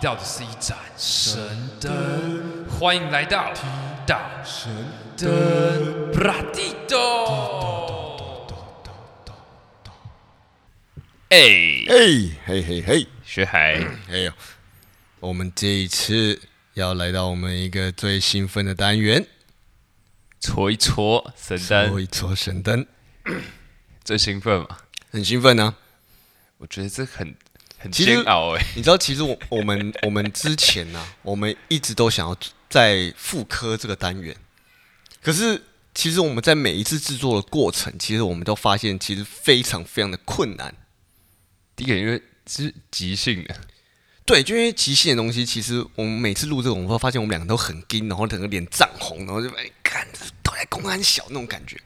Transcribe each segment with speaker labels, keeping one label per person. Speaker 1: 到的是一盏神灯，欢迎来到提到神灯布拉蒂多。哎，
Speaker 2: 嘿，嘿嘿嘿，
Speaker 1: 学海，
Speaker 2: 哎呦，我们这一次要来到我们一个最兴奋的单元
Speaker 1: 搓一搓神
Speaker 2: ——搓
Speaker 1: 灯，
Speaker 2: 一搓神灯，
Speaker 1: 最兴奋嘛？
Speaker 2: 很兴奋啊呢、
Speaker 1: 我觉得这很很
Speaker 2: 其实
Speaker 1: 煎熬哎、
Speaker 2: 你知道，其实我我们我们之前呢、啊我们一直都想要在复刻这个单元，可是其实我们在每一次制作的过程，其实我们都发现其实非常非常的困难。
Speaker 1: 第一个因为是即兴的，
Speaker 2: 对，就因为极限的东西，其实我们每次录这个，我们会发现我们两个都很惊，然后整个脸涨红，然后就哎，看都在公安小那种感觉。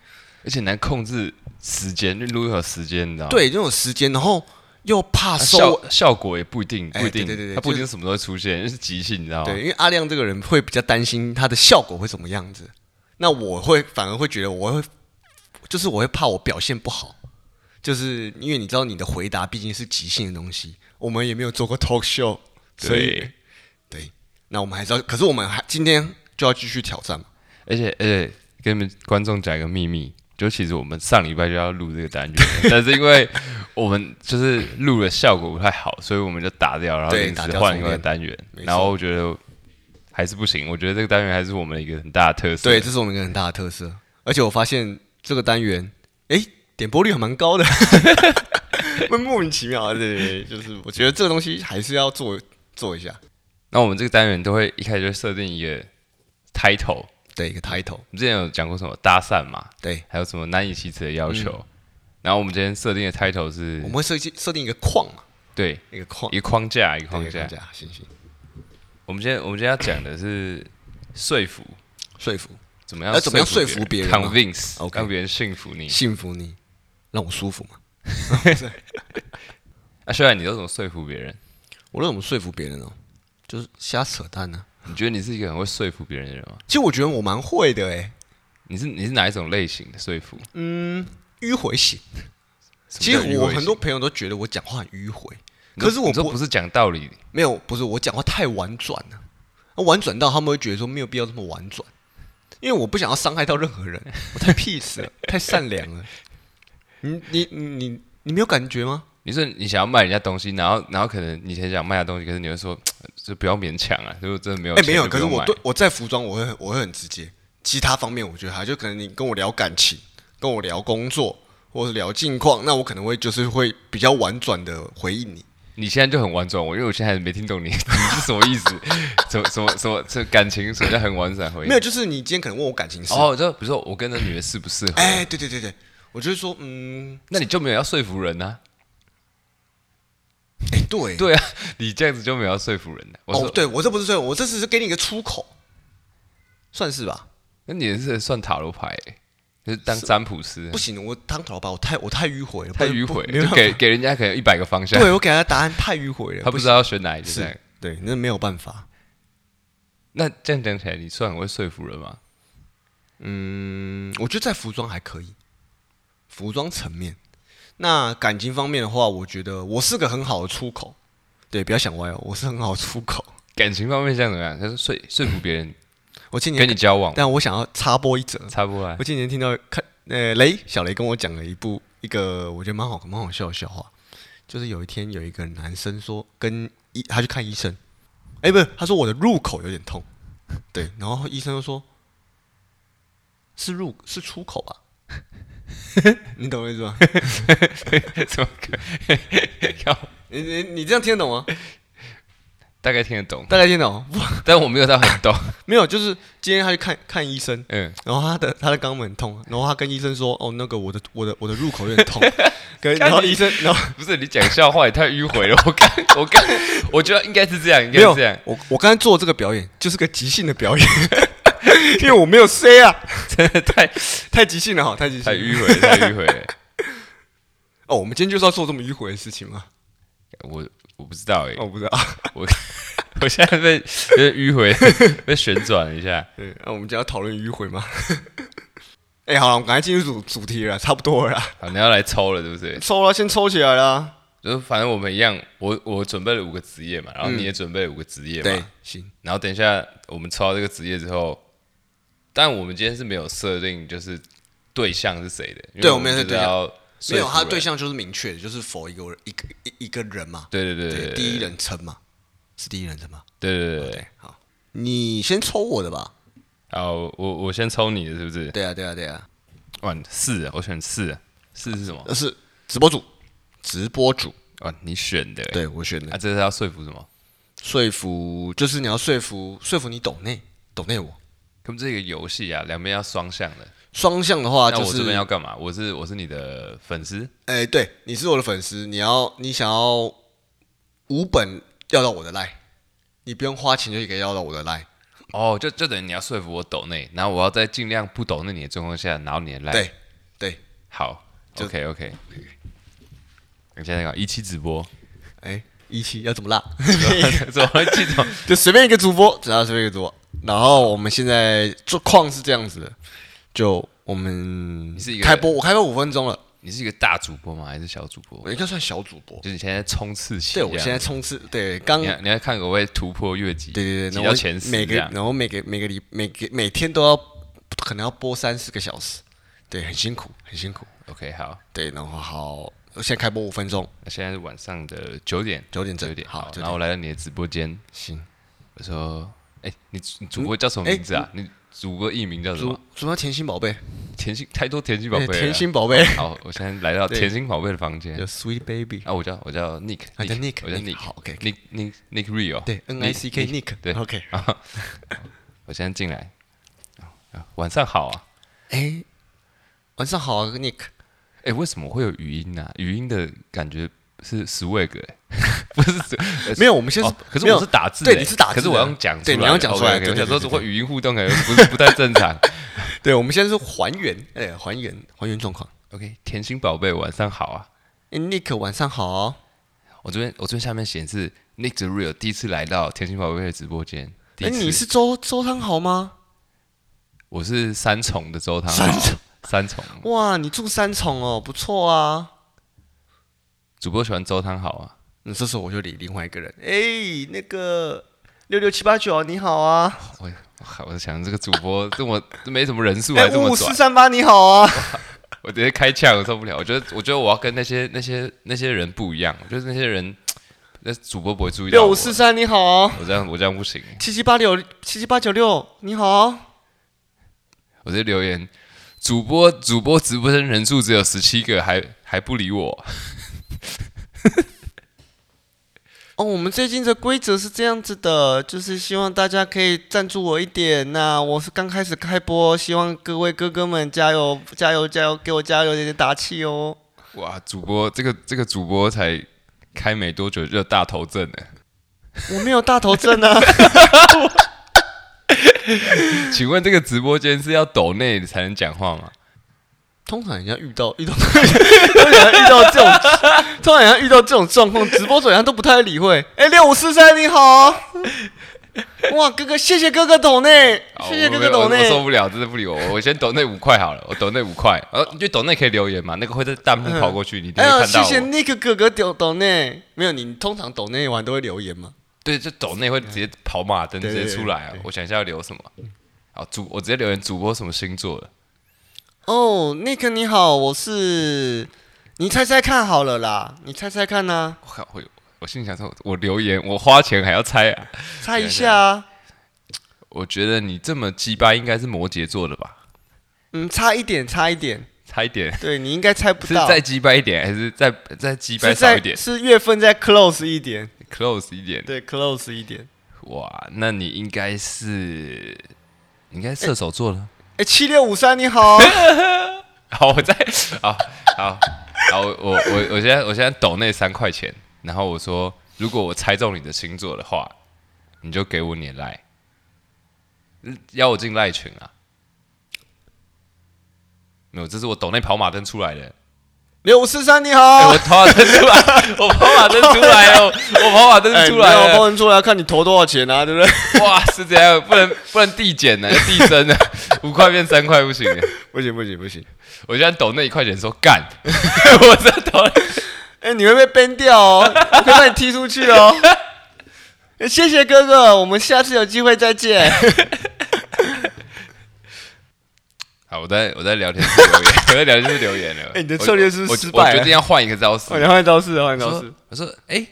Speaker 1: 而且很难控制时间，就录一会儿时间，你知道吗？
Speaker 2: 对，那种时间，然后又怕
Speaker 1: 啊
Speaker 2: 收尾
Speaker 1: 效效果也不一定，
Speaker 2: 哎
Speaker 1: 不一定，
Speaker 2: 对对对对
Speaker 1: 它不一定
Speaker 2: 就
Speaker 1: 什么时候出现，就是即兴，你知道吗？
Speaker 2: 对，因为阿亮这个人会比较担心他的效果会怎么样子，那我会反而会觉得我会，就是我会怕我表现不好，就是因为你知道你的回答毕竟是即兴的东西，我们也没有做过 talk show，所以
Speaker 1: 对，
Speaker 2: 对，那我们还是要，可是我们还今天就要继续挑战嘛，
Speaker 1: 而且而且跟你们观众讲一个秘密，就其实我们上礼拜就要录这个单元， 但是因为我们就是录的效果不太好，所以我们就打掉，然后
Speaker 2: 对
Speaker 1: 临
Speaker 2: 打
Speaker 1: 时
Speaker 2: 掉
Speaker 1: 换
Speaker 2: 重
Speaker 1: 一个
Speaker 2: 练
Speaker 1: 单元，
Speaker 2: 没
Speaker 1: 然后
Speaker 2: 错
Speaker 1: 我觉得还是不行，我觉得这个单元还是我们的一个很大的特色。
Speaker 2: 对，这是我们一个很大的特色，而且我发现这个单元，诶，点播率还蛮高的， 莫名其妙，对对对，就是我觉得这个东西还是要做做一下，
Speaker 1: 那我们这个单元都会一开始就设定一个 title，我
Speaker 2: 对，一个 title，
Speaker 1: 们之前有讲过什么搭讪嘛，
Speaker 2: 对。
Speaker 1: 还有什么难以启齿的要求。
Speaker 2: 嗯
Speaker 1: 然后我们今天设定的 title 是
Speaker 2: 我们会设计设定一个框嘛，
Speaker 1: 对
Speaker 2: 一个框，
Speaker 1: 一个框架，一个
Speaker 2: 对
Speaker 1: 框架。
Speaker 2: 架，行行，
Speaker 1: 我们今天我们今天要讲的是说服，
Speaker 2: 说服，
Speaker 1: 怎么样
Speaker 2: 要怎么样
Speaker 1: 说
Speaker 2: 说服别人嘛
Speaker 1: ，convince，、
Speaker 2: OK
Speaker 1: 让别人信服你。
Speaker 2: 幸福你，让我舒服嘛。
Speaker 1: 那啊虽然你都怎么说服别人？
Speaker 2: 我让我们说服别人哦，就是瞎扯淡啊呢、
Speaker 1: 你觉得你是一个很会说服别人的人吗？
Speaker 2: 其实我觉得我蛮会的诶，
Speaker 1: 你是你是哪一种类型的说服？
Speaker 2: 迂回型。其
Speaker 1: 什么叫
Speaker 2: 实
Speaker 1: 迂
Speaker 2: 我
Speaker 1: 回型
Speaker 2: 很多朋友都觉得我讲话很迂回，
Speaker 1: 你说
Speaker 2: 可是我
Speaker 1: 你说
Speaker 2: 不
Speaker 1: 不是讲道理，
Speaker 2: 没有，不是我讲话太婉转了、啊婉转到他们会觉得说没有必要这么婉转，因为我不想要伤害到任何人，我太 peace 了，太善良了。你你你你你没有感觉吗？
Speaker 1: 你说你想要卖人家东西，然后然后可能你很想卖他东西，可是你会说就不要勉强啊，如果真的没有
Speaker 2: 哎、
Speaker 1: 钱
Speaker 2: 没有，
Speaker 1: 就不
Speaker 2: 可是
Speaker 1: 用
Speaker 2: 我
Speaker 1: 买
Speaker 2: 对我在服装我会很我会很直接，其他方面我觉得还就可能你跟我聊感情，跟我聊工作，或是聊近况，那我可能会就是会比较婉转的回应你。
Speaker 1: 你现在就很婉转，我因为我现在还没听懂你 你是什么意思，什么什么什么这感情什么叫很婉转回应？
Speaker 2: 没有，就是你今天可能问我感情事，哎、
Speaker 1: 哦，就比如说我跟那女的适不适合，
Speaker 2: 对对对对，我就是说，嗯，
Speaker 1: 那你就没有要说服人啊？
Speaker 2: 哎、对
Speaker 1: 对啊，你这样子就没有要说服人的、我说，
Speaker 2: 哦，对我这不是对，我这只是给你一个出口，算是吧？
Speaker 1: 那你是算塔罗牌、欸，就是当占卜师
Speaker 2: 不，行，我当头吧，我太我太迂回了，
Speaker 1: 太
Speaker 2: 不
Speaker 1: 迂
Speaker 2: 不
Speaker 1: 回，
Speaker 2: 没有
Speaker 1: 就给给人家可能一百个方向，
Speaker 2: 对我给他的答案太迂回了，
Speaker 1: 他不知道要选哪一个。这样
Speaker 2: 是，对，那没有办法，
Speaker 1: 那这样讲起来，你算很会说服人吗？
Speaker 2: 嗯，我觉得在服装还可以，服装层面。那感情方面的话，我觉得我是个很好的出口。对，不要想歪哦，我是很好的出口。
Speaker 1: 感情方面像怎么样？他说说说服别 人
Speaker 2: 我今
Speaker 1: 跟
Speaker 2: 年，
Speaker 1: 你交往，
Speaker 2: 但我想要插播一则，
Speaker 1: 差不多啊
Speaker 2: 我。今年听到看呃雷小雷跟我讲了一部一个我觉得蛮好蛮好笑的笑话，就是有一天有一个男生说跟医他去看医生，哎、不是他说我的入口有点痛，对，然后医生就说是入是出口吧， 你懂我意思吗？
Speaker 1: 怎么可？靠
Speaker 2: 你你你这样听得懂吗？
Speaker 1: 大概听得懂，
Speaker 2: 大概听得懂？不，
Speaker 1: 但我没有到很懂。
Speaker 2: 没有，就是今天他去看看医生，
Speaker 1: 嗯，
Speaker 2: 然后他的他的肛门很痛，然后他跟医生说，哦，那个我的我的我的入口有点 痛，跟然后医生，然后
Speaker 1: 不是你讲笑话也太迂回了。我刚 我刚我觉得应该是这样，应
Speaker 2: 没
Speaker 1: 该
Speaker 2: 有
Speaker 1: 是这 样，，
Speaker 2: 我我刚才做这个表演就是个即兴的表演， 因为我没有 C 啊，
Speaker 1: 真的太
Speaker 2: 太即兴了哈，太即
Speaker 1: 太
Speaker 2: 兴了。
Speaker 1: 迂回了，太迂回了。
Speaker 2: 哦，我们今天就是要做这么迂回的事情吗？
Speaker 1: 我我不知道哎、
Speaker 2: 哦，我不知道。
Speaker 1: 我我现在被 被迂回，被旋转了一下。
Speaker 2: 对，那、我们今天要讨论迂回吗？ 哎、好了，我们赶快进入主主题了，差不多了啦，
Speaker 1: 好，你要来抽了，对不对？
Speaker 2: 抽了，先抽起来啦。
Speaker 1: 就是反正我们一样，我我准备了五个职业嘛，然后你也准备了五个职业嘛，
Speaker 2: 嗯对，行，
Speaker 1: 然后等一下我们抽到这个职业之后，但我们今天是没有设定就是对象是谁的，因为
Speaker 2: 对
Speaker 1: 我
Speaker 2: 我们
Speaker 1: 们
Speaker 2: 也是
Speaker 1: 就是要
Speaker 2: 没有，
Speaker 1: 说服
Speaker 2: 他
Speaker 1: 人
Speaker 2: 对，象就是明确的，就是否一个人一个一一个人嘛，
Speaker 1: 对对对对
Speaker 2: 对，
Speaker 1: 对，
Speaker 2: 第一人称嘛，是第一人称嘛，
Speaker 1: 对，对对对对。
Speaker 2: 对，好，你先抽我的吧，
Speaker 1: 好，我我先抽你的是不是？
Speaker 2: 对啊，对啊，对啊，
Speaker 1: 哇，四，啊我选四，四呃是什么？
Speaker 2: 那是直播主，直播主，
Speaker 1: 哇，你选的欸，
Speaker 2: 对我选的
Speaker 1: 啊，，这是要说服什么？
Speaker 2: 说服就是你要说服说服你懂内懂内我，
Speaker 1: 他们这个游戏啊，两边要双向的。
Speaker 2: 双向的话
Speaker 1: 那
Speaker 2: 啊就
Speaker 1: 我这
Speaker 2: 是
Speaker 1: 边要干嘛？我是我是你的粉丝，
Speaker 2: 哎、对，你是我的粉丝，你要你想要五本要到我的赖，你不用花钱就可以要到我的赖。
Speaker 1: 哦，就就等于你要说服我抖内，然后我要在尽量不抖内你的状况下，然后你的来
Speaker 2: 对对，
Speaker 1: 好
Speaker 2: 就
Speaker 1: ，OK OK。你现在搞一期直播，
Speaker 2: 哎、一期要 怎 么拉？
Speaker 1: 怎么会记错？
Speaker 2: 就随便一个主播，只要随便一个主播。然后我们现在状况是这样子的，就我们
Speaker 1: 你是一个
Speaker 2: 开播，我开播五分钟了，
Speaker 1: 你是一个大主播吗？还是小主播？
Speaker 2: 我应该算小主播。
Speaker 1: 就是你现在冲刺期这
Speaker 2: 对，
Speaker 1: 样，
Speaker 2: 我现在冲刺，对，刚
Speaker 1: 你要你要看可不可以突破越级，
Speaker 2: 对对对，
Speaker 1: 挤
Speaker 2: 然
Speaker 1: 到
Speaker 2: 后
Speaker 1: 前十
Speaker 2: 每
Speaker 1: 这
Speaker 2: 个，
Speaker 1: 样。
Speaker 2: 然后每个每个礼每个每天都要可能要播三四个小时，对，很辛苦，很辛苦。
Speaker 1: OK，好，
Speaker 2: 对，然后好，我现在开播五分钟，
Speaker 1: 那现在是晚上的九点，
Speaker 2: 九点整
Speaker 1: 九点
Speaker 2: 好
Speaker 1: 好，
Speaker 2: 九点
Speaker 1: 然后我来到你的直播间，
Speaker 2: 行。
Speaker 1: 我说，哎，你你主播叫什么
Speaker 2: 哎
Speaker 1: 名字啊？你主播艺名叫什
Speaker 2: 主
Speaker 1: 么？
Speaker 2: 主要甜心宝贝，
Speaker 1: 甜心，太多甜心宝贝啊
Speaker 2: 哎
Speaker 1: 了，
Speaker 2: 甜心 宝贝，
Speaker 1: 好，我现在来到
Speaker 2: 对
Speaker 1: 甜心宝贝的房间
Speaker 2: 有。Sweet Baby，
Speaker 1: 啊，我叫我叫 Nick，
Speaker 2: 啊你叫 Nick，
Speaker 1: 我叫
Speaker 2: Nick，
Speaker 1: Nick，
Speaker 2: 好，OK，OK
Speaker 1: Nick Nick Nick Rio，
Speaker 2: 对，N I C K Nick，
Speaker 1: 对
Speaker 2: ，OK。
Speaker 1: 我现在进来，啊啊晚上好啊。
Speaker 2: 哎，晚上好啊，Nick，
Speaker 1: 哎，为什么会有语音呢？语音的感觉是 swag，哎 不 是 swag，
Speaker 2: 没有，我们先
Speaker 1: 哦，可是
Speaker 2: 没有
Speaker 1: 我是打字欸，
Speaker 2: 对，你是打字的，
Speaker 1: 可是我要讲出来，
Speaker 2: 对，你要讲出来，
Speaker 1: OK，OK，
Speaker 2: 对
Speaker 1: 我想说，
Speaker 2: 对
Speaker 1: 如
Speaker 2: 对
Speaker 1: 果语音互动，感觉不是不太正 常。
Speaker 2: 对对，我们现在是还原，哎，还原还原状况。
Speaker 1: OK，甜心宝贝，晚上好啊。
Speaker 2: 哎，Nick，晚上好哦，
Speaker 1: 我这边我这边下面显示 Nick the Real 第一次来到甜心宝贝的直播间，第
Speaker 2: 哎，
Speaker 1: 一次
Speaker 2: 你是周周汤豪吗？
Speaker 1: 我是三重的周汤豪，
Speaker 2: 三重
Speaker 1: 三重
Speaker 2: 哇，你住三重哦，不错啊。
Speaker 1: 主播喜欢周汤豪啊。
Speaker 2: 那嗯这时候我就理另外一个人，哎，那个六六七八九，你好啊。
Speaker 1: 我我在想这个主播这么这没什么人数
Speaker 2: 哎，
Speaker 1: 还这
Speaker 2: 五
Speaker 1: 么
Speaker 2: 五四
Speaker 1: 拽，
Speaker 2: 三八你好啊！
Speaker 1: 我直接开枪，我受不了。我觉得我觉得我要跟那些那些那些人不一样，我觉得那些人那主播不会注意到
Speaker 2: 六
Speaker 1: 我
Speaker 2: 五。四三你好啊！
Speaker 1: 我这样我这样不行，
Speaker 2: 七七八六七七八九六你好啊！
Speaker 1: 我这留言，主播主播直播间人数只有十七个，还还不理我。
Speaker 2: 哦，我们最近的规则是这样子的，就是希望大家可以赞助我一点那我是刚开始开播，希望各位哥哥们加油加油加油，给我加油点点打气哦！
Speaker 1: 哇，主播这个这个主播才开没多久就有大头症了。
Speaker 2: 我没有大头 症啊，
Speaker 1: 请问这个直播间是要抖内才能讲话吗？
Speaker 2: 通常人家遇到遇到， 通常人家遇到这种，通常人家遇到这种状况，直播主人家都不太理会。哎，六五四三你好啊，哇哥哥，谢谢哥哥懂内，
Speaker 1: 好
Speaker 2: 谢谢哥
Speaker 1: 我
Speaker 2: 哥
Speaker 1: 啊我
Speaker 2: 懂
Speaker 1: 我受
Speaker 2: 内。
Speaker 1: 不了，真的不理 我，我先抖那五块好了，我抖那五块，呃，你就抖那可以留言嘛，那个会在弹幕跑过去，你一定
Speaker 2: 哎
Speaker 1: 会
Speaker 2: 呀，
Speaker 1: 看到
Speaker 2: 谢
Speaker 1: 我。
Speaker 2: 谢 Nick 哥哥懂懂内，没有你通常懂内完都会留言嘛？
Speaker 1: 对，就抖那会直接跑马灯
Speaker 2: 对
Speaker 1: 直
Speaker 2: 嗯对
Speaker 1: 接出来啊！我想一下要留什么，好主我直接留言主播什么星座的，
Speaker 2: 哦，Nick 你好，我是，你猜猜看好了啦，你猜猜看啊呐、
Speaker 1: 我靠，我我心里想说，我留言我花钱还要猜啊！
Speaker 2: 猜一下啊，
Speaker 1: 我觉得你这么鸡巴应该是摩羯座的吧？
Speaker 2: 嗯，差一点，差一点，
Speaker 1: 猜一点，
Speaker 2: 对你应该猜不
Speaker 1: 是
Speaker 2: 到，
Speaker 1: 再鸡巴一点，还是再再鸡巴
Speaker 2: 是
Speaker 1: 少
Speaker 2: 在
Speaker 1: 一点嗯
Speaker 2: 是月份再 close 一点。
Speaker 1: ，close 一点？
Speaker 2: 对，close 一点。
Speaker 1: 哇，那你应该是你应该是射手座的。
Speaker 2: 哎、七六五三你好，
Speaker 1: 好，我再好好好，我我我我现在我现在抖那三块钱，然后我说，如果我猜中你的星座的话，你就给我你的赖，嗯邀我进赖群啊。没有，这是我抖那跑马灯出来的。
Speaker 2: 六五四三你
Speaker 1: 哎、
Speaker 2: 好
Speaker 1: 我，跑马灯出来， 我跑马灯出来了，哎我跑马灯出来
Speaker 2: 哎我
Speaker 1: 了。
Speaker 2: 帮人出来看你投多少钱啊，对不对？
Speaker 1: 哇，是这样，不能不能递减呢，要递增呢，五块变三 块不行欸。
Speaker 2: 不行不行不行，
Speaker 1: 我现在抖那一块钱说干，我在抖那。
Speaker 2: 哎、你会被 ban 掉哦，我可以把你踢出去哦。哎谢谢哥哥，我们下次有机会再 见。
Speaker 1: 好，我在我在聊天室留言， 我在聊天室留言了。
Speaker 2: 哎你的策略是不是
Speaker 1: 我
Speaker 2: 失败
Speaker 1: 我
Speaker 2: 了
Speaker 1: 决定要换一个招式
Speaker 2: 哦，。你换招式，换
Speaker 1: 我
Speaker 2: 招式
Speaker 1: 说。我说，哎、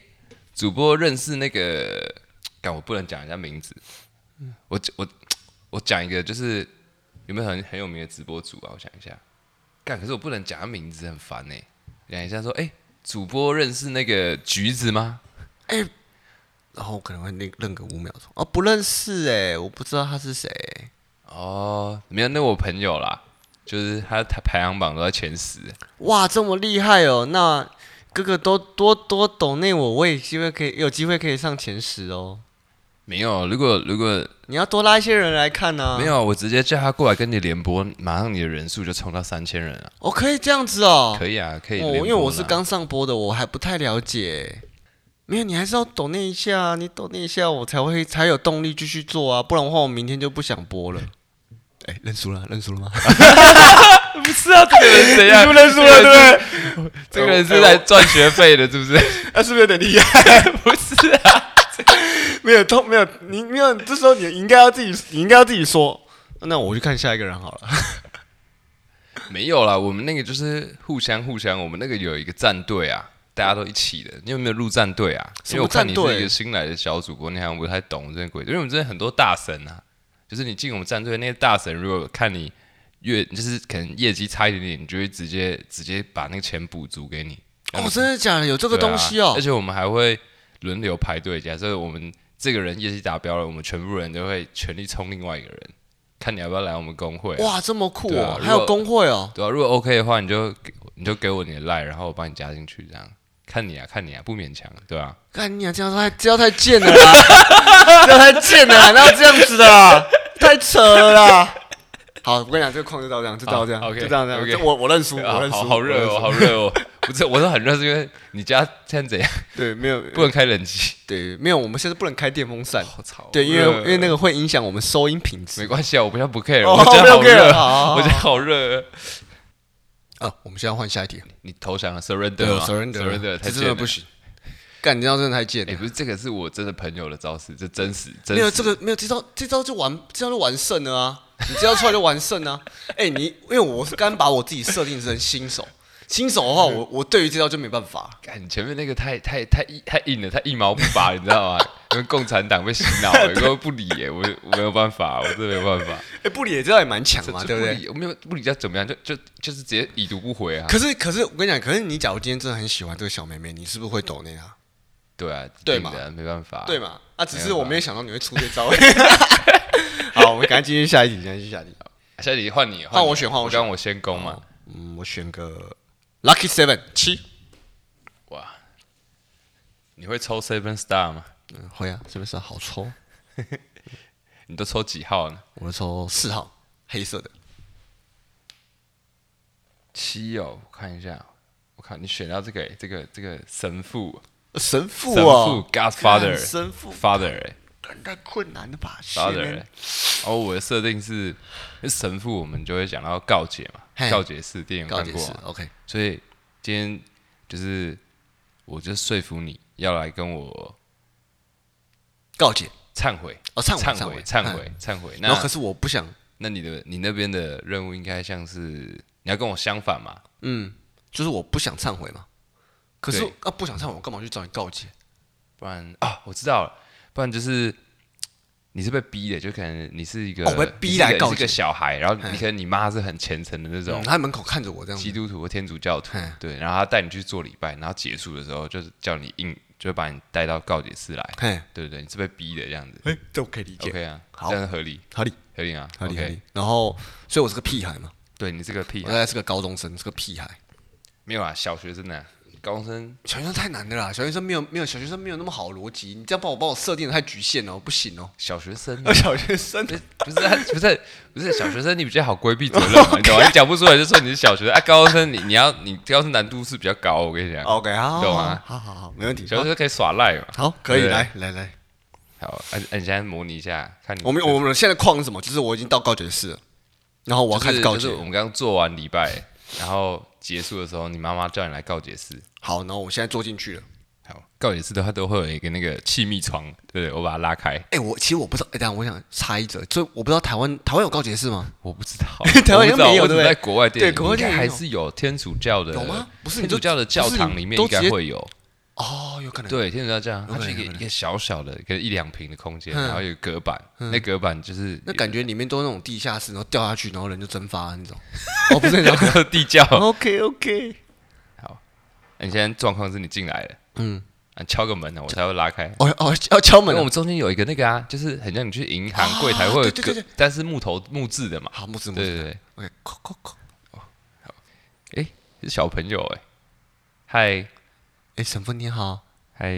Speaker 1: 主播认识那个，但我不能讲人家名字。我我我讲一个，就是有没有很很有名的直播主啊？我想一下，干，可是我不能讲他名字，很烦呢、讲一下说，哎、主播认识那个橘子吗？
Speaker 2: 然后我可能会愣愣个五秒钟。哦，不认识哎、我不知道他是谁、
Speaker 1: 哦，没有，那我朋友啦，就是他他排行榜都在前十。
Speaker 2: 哇，这么厉害哦！那哥哥多多多懂内我，我也机会可以有机会可以上前十哦。
Speaker 1: 没有，如果如果
Speaker 2: 你要多拉一些人来看呢、啊。
Speaker 1: 没，有，我直接叫他过来跟你联播，马上你的人数就冲到三千人了。
Speaker 2: 我、可以这样子哦。
Speaker 1: 可以啊，可以联
Speaker 2: 哦，
Speaker 1: 播呢。
Speaker 2: 因为我是刚上播的，我还不太了解。没有，你还是要抖那一下，你抖那一下，我才会才有动力继续做啊，不然的话，我明天就不想播了。 哎，认输了，认输了吗？
Speaker 1: 不是啊， 这个人怎样？
Speaker 2: 认输了，对哎不
Speaker 1: 这个人是来赚学费的，是不是？
Speaker 2: 对？那、是不是有点厉害？
Speaker 1: 不是啊，
Speaker 2: 没有，通没有，你没有，这时候你应该要自己，你应该要自己说。那我去看下一个人好了。
Speaker 1: 没有啦，我们那个就是互相互相，我们那个有一个战队啊，大家都一起的。你有没有入战队啊？因
Speaker 2: 什
Speaker 1: 为
Speaker 2: 么
Speaker 1: 我看
Speaker 2: 战
Speaker 1: 你
Speaker 2: 队
Speaker 1: 是一个新来的小主播，你好像不太懂这些鬼，因为我们这边很多大神啊，就是你进我们战队那些大神，如果看你越就是可能业绩差一点点，你就会直接直接把那个钱补足给你。
Speaker 2: 哦，真的假的？有这
Speaker 1: 哎这
Speaker 2: 个东西哦
Speaker 1: 啊而？且我们还会轮流排队，假设我们这个人业绩达标了，我们全部人都会全力冲另外一个人，看你要不要来我们工会、啊。
Speaker 2: 哇，这么酷
Speaker 1: 对啊！
Speaker 2: 哦还有
Speaker 1: 如果
Speaker 2: 工会哦。
Speaker 1: 对啊，如果 OK 的话，你就给你就给我你的 line，然后我帮你加进去，这样看你啊，看你啊，不勉强，对吧、
Speaker 2: 干你啊！这样太这样太贱了啦！ 这样太贱了啦，哪有这样子的啦？太扯了啦！好，我跟你讲，这个框就到这样，就到这样，
Speaker 1: 好，OK，
Speaker 2: 就这样这
Speaker 1: OK
Speaker 2: 样。这我我认输，
Speaker 1: 对
Speaker 2: 我
Speaker 1: 啊，
Speaker 2: 认输。
Speaker 1: 好好热
Speaker 2: 我
Speaker 1: 哦，
Speaker 2: 认输
Speaker 1: 好！热哦！不是，我说很热，是因为你家现在 怎样？
Speaker 2: 对，没有，
Speaker 1: 不能开冷气，
Speaker 2: 对，没有，我们现在不能开电风扇。
Speaker 1: 好哦吵。
Speaker 2: 对，因为因为那
Speaker 1: 个
Speaker 2: 个会影响我们收音品质。
Speaker 1: 没关系啊，我不要不 care，
Speaker 2: 哦
Speaker 1: 我觉得好
Speaker 2: OK，OK，
Speaker 1: 热，
Speaker 2: 好好好
Speaker 1: 我觉得好热。
Speaker 2: 啊，我们现在换下一题。
Speaker 1: 你投降了，surrender，
Speaker 2: 对啊
Speaker 1: 嘛
Speaker 2: ，surrender，
Speaker 1: surrender，太
Speaker 2: 这
Speaker 1: 贱
Speaker 2: 真的
Speaker 1: 了
Speaker 2: 不行。干，你这样真的太贱
Speaker 1: 哎、
Speaker 2: 了。
Speaker 1: 不是，这个是我真的朋友的招式，这真实，真
Speaker 2: 没有
Speaker 1: 实。
Speaker 2: 这个，没有这招，这招就完，这招就完胜了啊！你这招出来就完胜啊！ 哎、你因为我是刚把我自己设定成新手，新手的话，
Speaker 1: 嗯
Speaker 2: 我我对于这招就没办法。
Speaker 1: 干，你前面那个太太太硬太硬了，太一毛不拔，你知道吗？因为共产党被洗脑 了，根本不理耶、我我没有办法，我真的没有办法。
Speaker 2: 哎、不理这招也蛮强
Speaker 1: 这
Speaker 2: 嘛，
Speaker 1: 这
Speaker 2: 对不对？
Speaker 1: 理，我没有不理要怎么样，就就就是直接已读不回啊。
Speaker 2: 可是可是我跟你讲，可是你假如今天真的很喜欢这个小妹妹，你是不是会抖那她？
Speaker 1: 对啊，
Speaker 2: 对
Speaker 1: 定
Speaker 2: 嘛
Speaker 1: 的，没办法。
Speaker 2: 对？嘛？啊，只
Speaker 1: 没
Speaker 2: 是
Speaker 1: 有吧
Speaker 2: 我没有想到你会出 这招。好，我们赶快继续下一题，赶快继续下一题。
Speaker 1: 下一题换你，
Speaker 2: 换
Speaker 1: 你
Speaker 2: 我选换我选
Speaker 1: 刚我哦先攻嘛。
Speaker 2: 嗯，我选个 lucky seven 七。
Speaker 1: 哇，你会抽 Seven Star 吗？
Speaker 2: 嗯，会啊，是不是好抽？
Speaker 1: 你都抽几号呢？
Speaker 2: 我抽四号，黑色的。
Speaker 1: 七哦，我看一下，我靠，你选到这个这个这个神父，
Speaker 2: 神父
Speaker 1: 神
Speaker 2: 哦
Speaker 1: 父 Godfather，
Speaker 2: 看神父
Speaker 1: Father 哎。
Speaker 2: 干太困难了吧？
Speaker 1: father，
Speaker 2: 谢
Speaker 1: 欸
Speaker 2: 人
Speaker 1: 哦，我的设定是神父，我们就会讲到告解嘛
Speaker 2: 嘿，
Speaker 1: 告解式电影
Speaker 2: 告
Speaker 1: 看
Speaker 2: 解
Speaker 1: 过
Speaker 2: 释
Speaker 1: 嘛，
Speaker 2: ，OK，
Speaker 1: 所以今天就是我就说服你要来跟我
Speaker 2: 告解。
Speaker 1: 忏悔
Speaker 2: 哦忏悔
Speaker 1: 忏
Speaker 2: 忏
Speaker 1: 悔
Speaker 2: 悔嗯
Speaker 1: 忏悔忏悔。
Speaker 2: 然后可
Speaker 1: 那
Speaker 2: 是我不想，
Speaker 1: 那你的你那边的任务应该像是你要跟我相反嘛？
Speaker 2: 嗯，就是我不想忏悔嘛。可是
Speaker 1: 对
Speaker 2: 啊，不想忏悔，我干嘛去找你告解？
Speaker 1: 不然啊，我知道了，不然就是。你是被逼的，就可能你是一个，
Speaker 2: 哦被逼来
Speaker 1: 你是一个
Speaker 2: 告
Speaker 1: 你是一
Speaker 2: 解
Speaker 1: 个小孩，然后你
Speaker 2: 嘿
Speaker 1: 可能你妈是很虔诚的那种
Speaker 2: 嗯，他在门口看着我这样
Speaker 1: 基
Speaker 2: 子，
Speaker 1: 督徒或天主教徒
Speaker 2: 嗯，
Speaker 1: 对，然后他带你去做礼拜，然后结束的时候就是叫你硬，就把你带到告解室来，
Speaker 2: 嘿，
Speaker 1: 对不对？你是被逼的这样子
Speaker 2: 哎，这我可以理解，
Speaker 1: ，OK 啊，
Speaker 2: 好
Speaker 1: 这样合理，
Speaker 2: 合理，
Speaker 1: 合理啊
Speaker 2: 合理，合
Speaker 1: ，OK，
Speaker 2: 理。然后，所以我是个屁孩嘛，
Speaker 1: 对你这个屁啊
Speaker 2: 我大概是个高中生，是个屁孩。
Speaker 1: 没有啊，小学生呢，高中生
Speaker 2: 小学生太难的啦，小学生没有没有小学生没有那么好的逻辑，你这样把我把我设定的太局限了，不行哦。。
Speaker 1: 小学生
Speaker 2: 小学生
Speaker 1: 不是不是啊不是不是小学生，你比较好规避责任
Speaker 2: 哦
Speaker 1: 嘛，你懂吗？你讲不出来就说你是小学生啊，高中生你你要你高中生难度是比较高，我跟你讲，
Speaker 2: ，OK，好，
Speaker 1: 懂
Speaker 2: 好
Speaker 1: 啊
Speaker 2: 好好好，没问题。
Speaker 1: 小学生可以耍赖嘛。
Speaker 2: 哦好，可以，
Speaker 1: 对不对
Speaker 2: 来来来，
Speaker 1: 好，按按你现在模拟一下，看你
Speaker 2: 我们我们现在框是什么？就是我已经到告解室了，然后我要
Speaker 1: 就
Speaker 2: 开
Speaker 1: 是
Speaker 2: 始告
Speaker 1: 就是。
Speaker 2: 解
Speaker 1: 我们刚做完礼拜，然后结束的时候，你妈妈叫你来告解室。
Speaker 2: 好，然后我现在坐进去了。
Speaker 1: 好，告解室的话都会有一个那个气密窗，对不对？我把它拉开。
Speaker 2: 哎、我其实我不知道，哎、等一下我想插一则，所以我不知道台湾台湾有告解室吗？，
Speaker 1: 我不知 道
Speaker 2: 台湾应该没有
Speaker 1: 我不知道我只
Speaker 2: 对不对
Speaker 1: 在国外电影
Speaker 2: 对国外电影
Speaker 1: 应该还
Speaker 2: 有
Speaker 1: 是有天主教的，
Speaker 2: 有吗不是
Speaker 1: 天
Speaker 2: 你
Speaker 1: 主
Speaker 2: 都
Speaker 1: 教的教堂里面应
Speaker 2: 不是
Speaker 1: 该
Speaker 2: 你都
Speaker 1: 会有。
Speaker 2: 哦，有可能。
Speaker 1: 对，天主教教堂，
Speaker 2: 有可
Speaker 1: 它
Speaker 2: 能
Speaker 1: 是一个
Speaker 2: 有可能
Speaker 1: 一个小小的，可能一两平的空间，
Speaker 2: 嗯
Speaker 1: 然后有隔板，那隔板就是
Speaker 2: 那感觉里面都是那种地下室，然后掉下去，然后人就蒸发 那种。哦，不是那种。
Speaker 1: 地窖。
Speaker 2: OK OK。
Speaker 1: 你现在状况是你进来了，
Speaker 2: 嗯，
Speaker 1: 啊敲个门呢，我才会拉开。
Speaker 2: 哦哦，要敲
Speaker 1: 因为
Speaker 2: 门
Speaker 1: 我
Speaker 2: 了。
Speaker 1: 们中间有一个那个啊，就是很像你去银行
Speaker 2: 啊
Speaker 1: 柜台会有
Speaker 2: 对对
Speaker 1: 隔
Speaker 2: 对对，
Speaker 1: 但是木头木质的嘛。
Speaker 2: 好，木子木
Speaker 1: 对对
Speaker 2: 子。
Speaker 1: 对，
Speaker 2: OK，扣扣扣。
Speaker 1: 是小朋友哎，嗨
Speaker 2: 哎，沈峰你好。
Speaker 1: 嗨，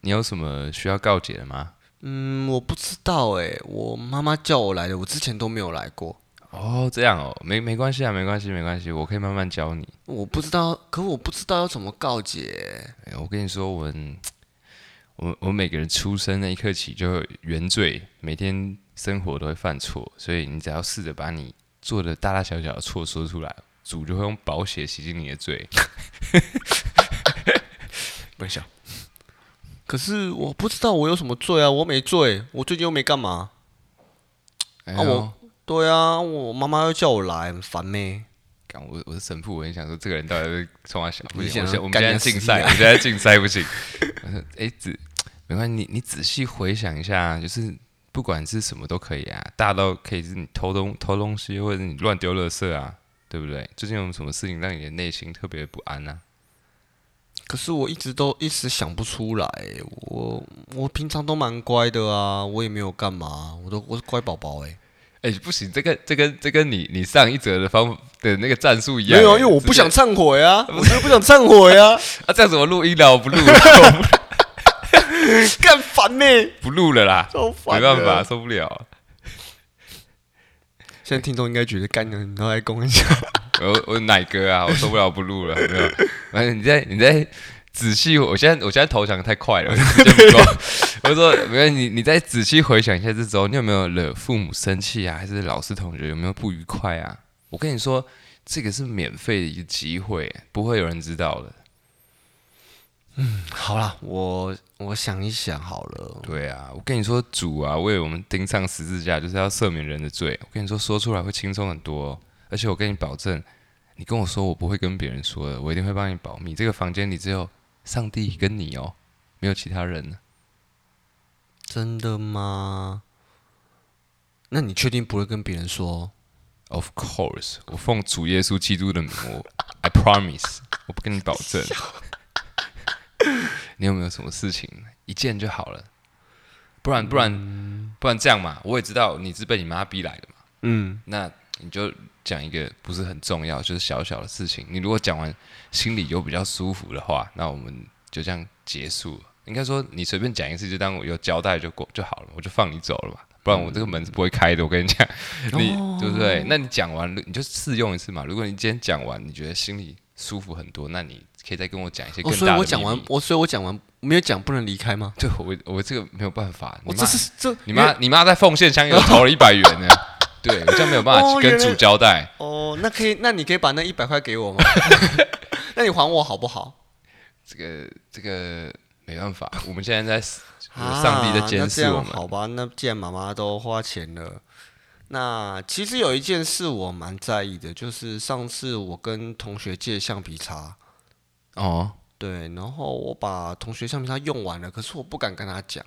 Speaker 1: 你有什么需要告解的吗？
Speaker 2: 嗯，我不知道哎，我妈妈叫我来的，我之前都没有来过。
Speaker 1: 哦，这样哦，没没关系啊，没关系，没关系，我可以慢慢教你。
Speaker 2: 我不知道，可我不知道要怎么告解。
Speaker 1: 哎我跟你说，我们我们我们每个人出生那一刻起就有原罪，每天生活都会犯错，所以你只要试着把你做的大大小小的错说出来，主就会用宝血洗净你的罪。
Speaker 2: 不笑。可是我不知道我有什么罪啊，我没罪，我最近又没干嘛。
Speaker 1: 哎
Speaker 2: 啊
Speaker 1: 呦
Speaker 2: 我，对啊，我妈妈又叫我来，很烦咩。
Speaker 1: 干我我是神父，我很想说这个人到底是冲我想，不
Speaker 2: 你
Speaker 1: 行，
Speaker 2: 想
Speaker 1: 我现我们
Speaker 2: 干
Speaker 1: 现在
Speaker 2: 你死
Speaker 1: 竞赛，
Speaker 2: 啊
Speaker 1: 我们现在竞赛 不行。我说哎，仔，没关系，你你仔细回想一下，啊就是不管是什么都可以啊，大到可以是你偷东偷东西，或者是你乱丢垃圾啊，对不对？最近有没有什么事情让你的内心特别不安啊呢、
Speaker 2: 可是我一直都一时想不出来，我我平常都蛮乖的啊，我也没有干嘛，我都我是乖宝宝哎。
Speaker 1: 哎，不行，这个这跟这跟你你上一折的方的那个战术一样
Speaker 2: 没
Speaker 1: 欸，
Speaker 2: 有啊，因为我
Speaker 1: 直
Speaker 2: 不
Speaker 1: 接
Speaker 2: 想忏悔 啊，我真的不想忏悔啊，
Speaker 1: 啊，这样子我录音了，我不录了，
Speaker 2: 干烦呢，
Speaker 1: 不录了 啦，
Speaker 2: 超
Speaker 1: 没
Speaker 2: 烦。
Speaker 1: 办法，，受不了。啊
Speaker 2: 现在听众应该觉得干你都在公一下。
Speaker 1: 我 我奶哥啊，我受不了，不录了，没有。反正你在你在仔细，我现在我现在投降太快了，我时间不够。我就说，没有你你再仔细回想一下这周，你有没有惹父母生气啊？还是老师同学有没有不愉快啊？我跟你说，这个是免费的一个机会，不会有人知道的。
Speaker 2: 好啦，我我想一想好了，
Speaker 1: 对啊，我跟你说，主啊，为我们钉上十字架，就是要赦免人的罪。我跟你说，说出来会轻松很多哦、而且我跟你保证，你跟我说，我不会跟别人说的，我一定会帮你保密。这个房间里只有上帝跟你哦，没有其他人了。
Speaker 2: 真的吗？那你确定不会跟别人说？
Speaker 1: Of course，我奉主耶稣基督的名，我 I promise，我不跟你保证。你有没有什么事情一件就好了？不然不然不然这样嘛，我也知道你是被你妈逼来的嘛。
Speaker 2: 嗯，
Speaker 1: 那你就讲一个不是很重要，就是小小的事情。你如果讲完心里有比较舒服的话，那我们就这样结束。应该说你随便讲一次，就当我有交代就过就好了，我就放你走了嘛。
Speaker 2: 嗯
Speaker 1: 不然我这个门是不会开的，我跟你讲，你、对不对？那你讲完你就试用一次嘛。如果你今天讲完，你觉得心里舒服很多，那你可以再跟我讲一些更
Speaker 2: 哦，
Speaker 1: 大的、
Speaker 2: 所以我讲完，，我所以我讲完没有讲不能离开吗？
Speaker 1: 对我我这个没有办法，
Speaker 2: 我
Speaker 1: 你
Speaker 2: 这
Speaker 1: 妈
Speaker 2: 是这
Speaker 1: 你妈你妈在奉献箱又投了一百元 呢，对我这样没有办法
Speaker 2: 哦
Speaker 1: 跟
Speaker 2: 原来
Speaker 1: 主交代。
Speaker 2: 哦，那可以，那你可以把那一百块 给我吗？那你还我好不好？
Speaker 1: 这个这个没办法，我们现在在
Speaker 2: 啊
Speaker 1: 上帝在监视我
Speaker 2: 那这样
Speaker 1: 们。
Speaker 2: 好吧，那既然妈妈都花钱了，那其实有一件事我蛮在意的，就是上次我跟同学借橡皮擦，
Speaker 1: 哦，
Speaker 2: 对，然后我把同学橡皮擦用完了，可是我不敢跟他讲。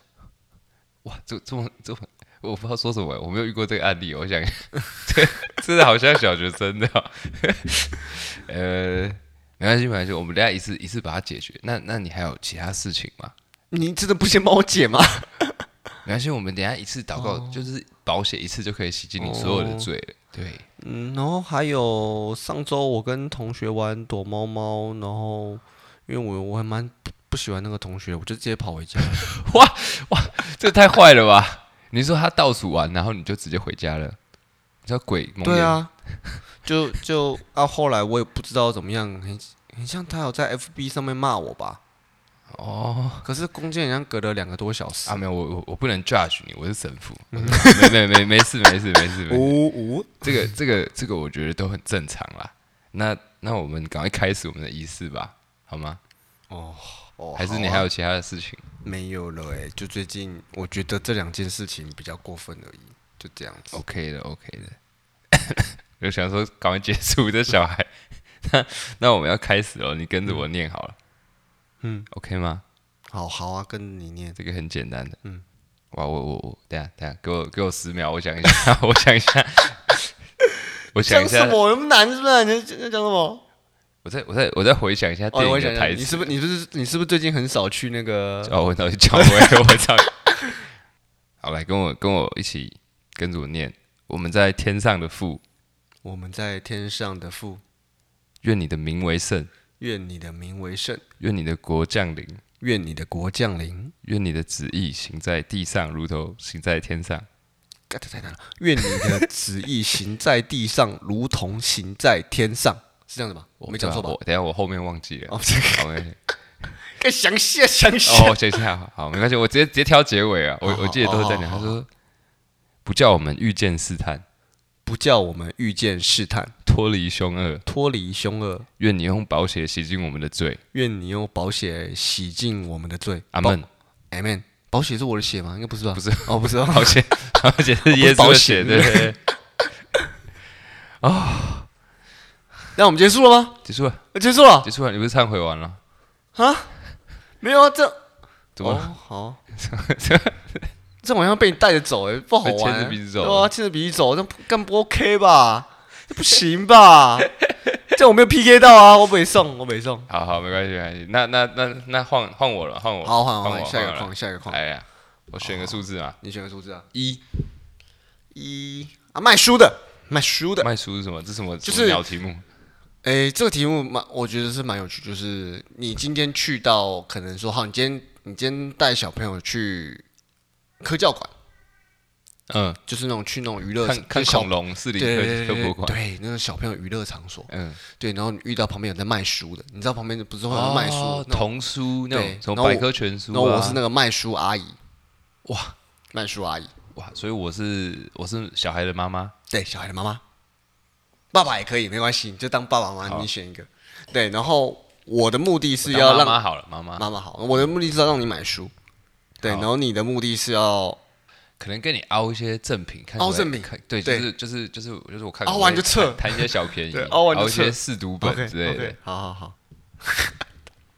Speaker 1: 哇，这这么这么，我不知道说什么，我没有遇过这个案例。我 想，这真的好像小学生的哦、 呃，没关系，没关系，我们等一下一次一次把它解决。那那你还有其他事情吗？
Speaker 2: 你真的不先帮我解吗？
Speaker 1: 没关系，我们等一下一次祷告，
Speaker 2: 哦
Speaker 1: 就是保险一次就可以洗净你所有的罪了。对，
Speaker 2: 嗯，然后还有上周我跟同学玩躲猫猫，然后因为我我还蛮不不喜欢那个同学，我就直接跑回 家了。
Speaker 1: 这太坏了吧？你说他倒数完，然后你就直接回家了，你知道鬼蒙
Speaker 2: 对
Speaker 1: 眼
Speaker 2: 啊，就就啊，后来我也不知道怎么样，很很像他有在 FB 上面骂我吧。
Speaker 1: 哦。
Speaker 2: 可是中间好像隔了两个多小时
Speaker 1: 啊，。没有，我我我不能 judge 你，我是神父，
Speaker 2: 嗯哦
Speaker 1: 没没没没事没事没事没事，
Speaker 2: 呜呜，
Speaker 1: 这个这个这个我觉得都很正常啦。那那我们赶快开始我们的仪式吧，好吗？
Speaker 2: 哦哦，
Speaker 1: 还是
Speaker 2: 好
Speaker 1: 你
Speaker 2: 啊
Speaker 1: 还有其他的事情？
Speaker 2: 没有了哎、就最近我觉得这两件事情比较过分而已，就这样子。
Speaker 1: OK 的，OK 的。 我想说，赶快结束这小孩。那那我们要开始了，你跟着我念好了。
Speaker 2: 嗯
Speaker 1: ，OK 吗？
Speaker 2: 好好啊，跟你念。
Speaker 1: 这个很简单的。嗯，哇，我我我，等一下等一下，给我给我十秒，我想一下， 我想一 下，我想一
Speaker 2: 什
Speaker 1: 下，
Speaker 2: 么？那么难是不是？你在你在讲什么？
Speaker 1: 我再我再我再回想一下电
Speaker 2: 哦，我
Speaker 1: 影
Speaker 2: 想
Speaker 1: 的
Speaker 2: 想，
Speaker 1: 台
Speaker 2: 你
Speaker 1: 词
Speaker 2: 是。不是你不是你是不是最近很少去那个？
Speaker 1: 哦，我 早就讲我我操！好，来跟我跟我一起跟着我念。我们在天上的父，
Speaker 2: 我们在天上的父，
Speaker 1: 愿你的名为圣，
Speaker 2: 愿你的名为圣，
Speaker 1: 愿你的国降临。
Speaker 2: 愿你的国降临。
Speaker 1: 愿你的旨意行在地上，如同行在天上。
Speaker 2: 干这太难了。愿你的旨意行在地上，如同行在天上，是这样子吗？我没讲错吧
Speaker 1: 我？等一下我后面忘记了。
Speaker 2: 哦
Speaker 1: 哦，好，没关系
Speaker 2: 更详细啊，详细啊。
Speaker 1: 哦，等一下，好，没关系，我直接直接挑结尾啊。我
Speaker 2: 好好
Speaker 1: 我记得都是这样讲。
Speaker 2: 好好
Speaker 1: 他说，不叫我们遇见试探，
Speaker 2: 不叫我们遇见试探，
Speaker 1: 脱离凶恶。
Speaker 2: 脱离凶恶。
Speaker 1: 愿你用宝血洗净我们的罪。
Speaker 2: 愿你用宝血洗净我们的罪。
Speaker 1: 阿门。
Speaker 2: 阿门。宝血是我的血吗？应该不是吧？
Speaker 1: 不是，
Speaker 2: 哦，不是哦。
Speaker 1: 保险，保险 哦是耶稣
Speaker 2: 保
Speaker 1: 的
Speaker 2: 险
Speaker 1: 血，对不对？
Speaker 2: 啊那我们结束了吗？
Speaker 1: 结束了，
Speaker 2: 结束了
Speaker 1: 结束了，你不是忏悔完了？
Speaker 2: 啊？没有啊，这
Speaker 1: 怎么
Speaker 2: 哦
Speaker 1: 了？
Speaker 2: 好？ 这晚上被你带着走，哎，不好玩。
Speaker 1: 被牵着鼻子走
Speaker 2: 对啊，牵着鼻子走，这样不干不 OK 吧？这不行吧？ 这样我没有 PK 到啊，我没送，我没送。
Speaker 1: 好好，没关系，没关系。那那那那换换我了，换我，
Speaker 2: 好，换
Speaker 1: 我，
Speaker 2: 换下一个
Speaker 1: 换我
Speaker 2: 框，
Speaker 1: 了。
Speaker 2: 下一个框，
Speaker 1: 哎呀，我选个数字啊，
Speaker 2: 你选个数字啊？
Speaker 1: 一。
Speaker 2: 一啊，卖书的，卖书的。
Speaker 1: 卖书是什么？这是什么？
Speaker 2: 就
Speaker 1: 什么
Speaker 2: 是
Speaker 1: 鸟题目。
Speaker 2: 诶，这个题目蛮，我觉得是蛮有趣。就是你今天去到，可能说好，你今天你今天带小朋友去科教馆，
Speaker 1: 嗯，
Speaker 2: 呃就是那种去那种娱乐
Speaker 1: 看看
Speaker 2: 小
Speaker 1: 恐龙是
Speaker 2: 对
Speaker 1: 理
Speaker 2: 对
Speaker 1: 科
Speaker 2: 对
Speaker 1: 科
Speaker 2: 对
Speaker 1: 普馆。
Speaker 2: 对，那种小朋友娱乐场所。
Speaker 1: 嗯，
Speaker 2: 对，然后你遇到旁边有在卖书的，你知道旁边不是会有卖书
Speaker 1: 哦
Speaker 2: 那种
Speaker 1: 童书那
Speaker 2: 对
Speaker 1: 种，什
Speaker 2: 然
Speaker 1: 么
Speaker 2: 后我
Speaker 1: 百科全书
Speaker 2: 然
Speaker 1: 啊。
Speaker 2: 后我是那个卖书阿姨，
Speaker 1: 哇
Speaker 2: 卖书阿姨，
Speaker 1: 哇，所以我是我是小孩的妈妈。
Speaker 2: 对，小孩的妈妈，爸爸也可以，没关系，你就当爸爸妈妈，
Speaker 1: 好
Speaker 2: 你选一个。对，然后我的目的是
Speaker 1: 我
Speaker 2: 要
Speaker 1: 当妈
Speaker 2: 让
Speaker 1: 妈好了，妈妈
Speaker 2: 妈妈好，我的目的是要让你买书，对，
Speaker 1: 啊好
Speaker 2: 然后你的目的是要
Speaker 1: 可能跟你凹一些赠品，看
Speaker 2: 凹
Speaker 1: 可不可以
Speaker 2: 赠品
Speaker 1: 看对，就
Speaker 2: 对
Speaker 1: 是就是就是就是我看
Speaker 2: 凹完就撤
Speaker 1: 贪一些小便宜
Speaker 2: 对，凹
Speaker 1: 凹
Speaker 2: 完就
Speaker 1: 一
Speaker 2: 撤
Speaker 1: 些试读本之类的。
Speaker 2: 好好好，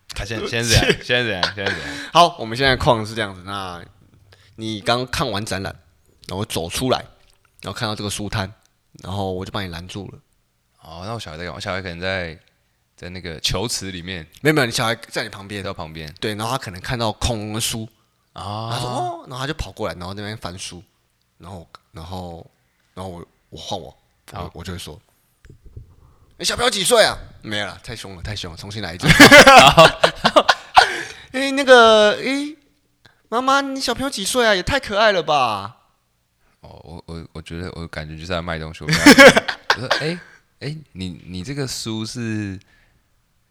Speaker 1: 他现在现在 怎样？现在怎样？现在怎样？
Speaker 2: 好，我们现在框是这样子。那你刚看完展览，然后走出来，然后看到这个书摊，然后我就把你拦住了。
Speaker 1: 哦，那我小孩在干嘛？我小孩可能在在那个球池里面，
Speaker 2: 没有没有，你小孩在你旁边，
Speaker 1: 到旁边
Speaker 2: 对，然后他可能看到恐龙的书，他说
Speaker 1: 啊。
Speaker 2: 哦，然后他就跑过来，然后在那边翻书，然后然后然后我我换我，我我就会说，你小朋友几岁啊？没有了，太凶了，太凶了，重新来一次。 哎、那个，哎、妈妈，你小朋友几岁啊？也太可爱了吧！
Speaker 1: 哦，我我我觉得我感觉就是在卖东西。我跟他讲 我说，哎、哎、你你这个书是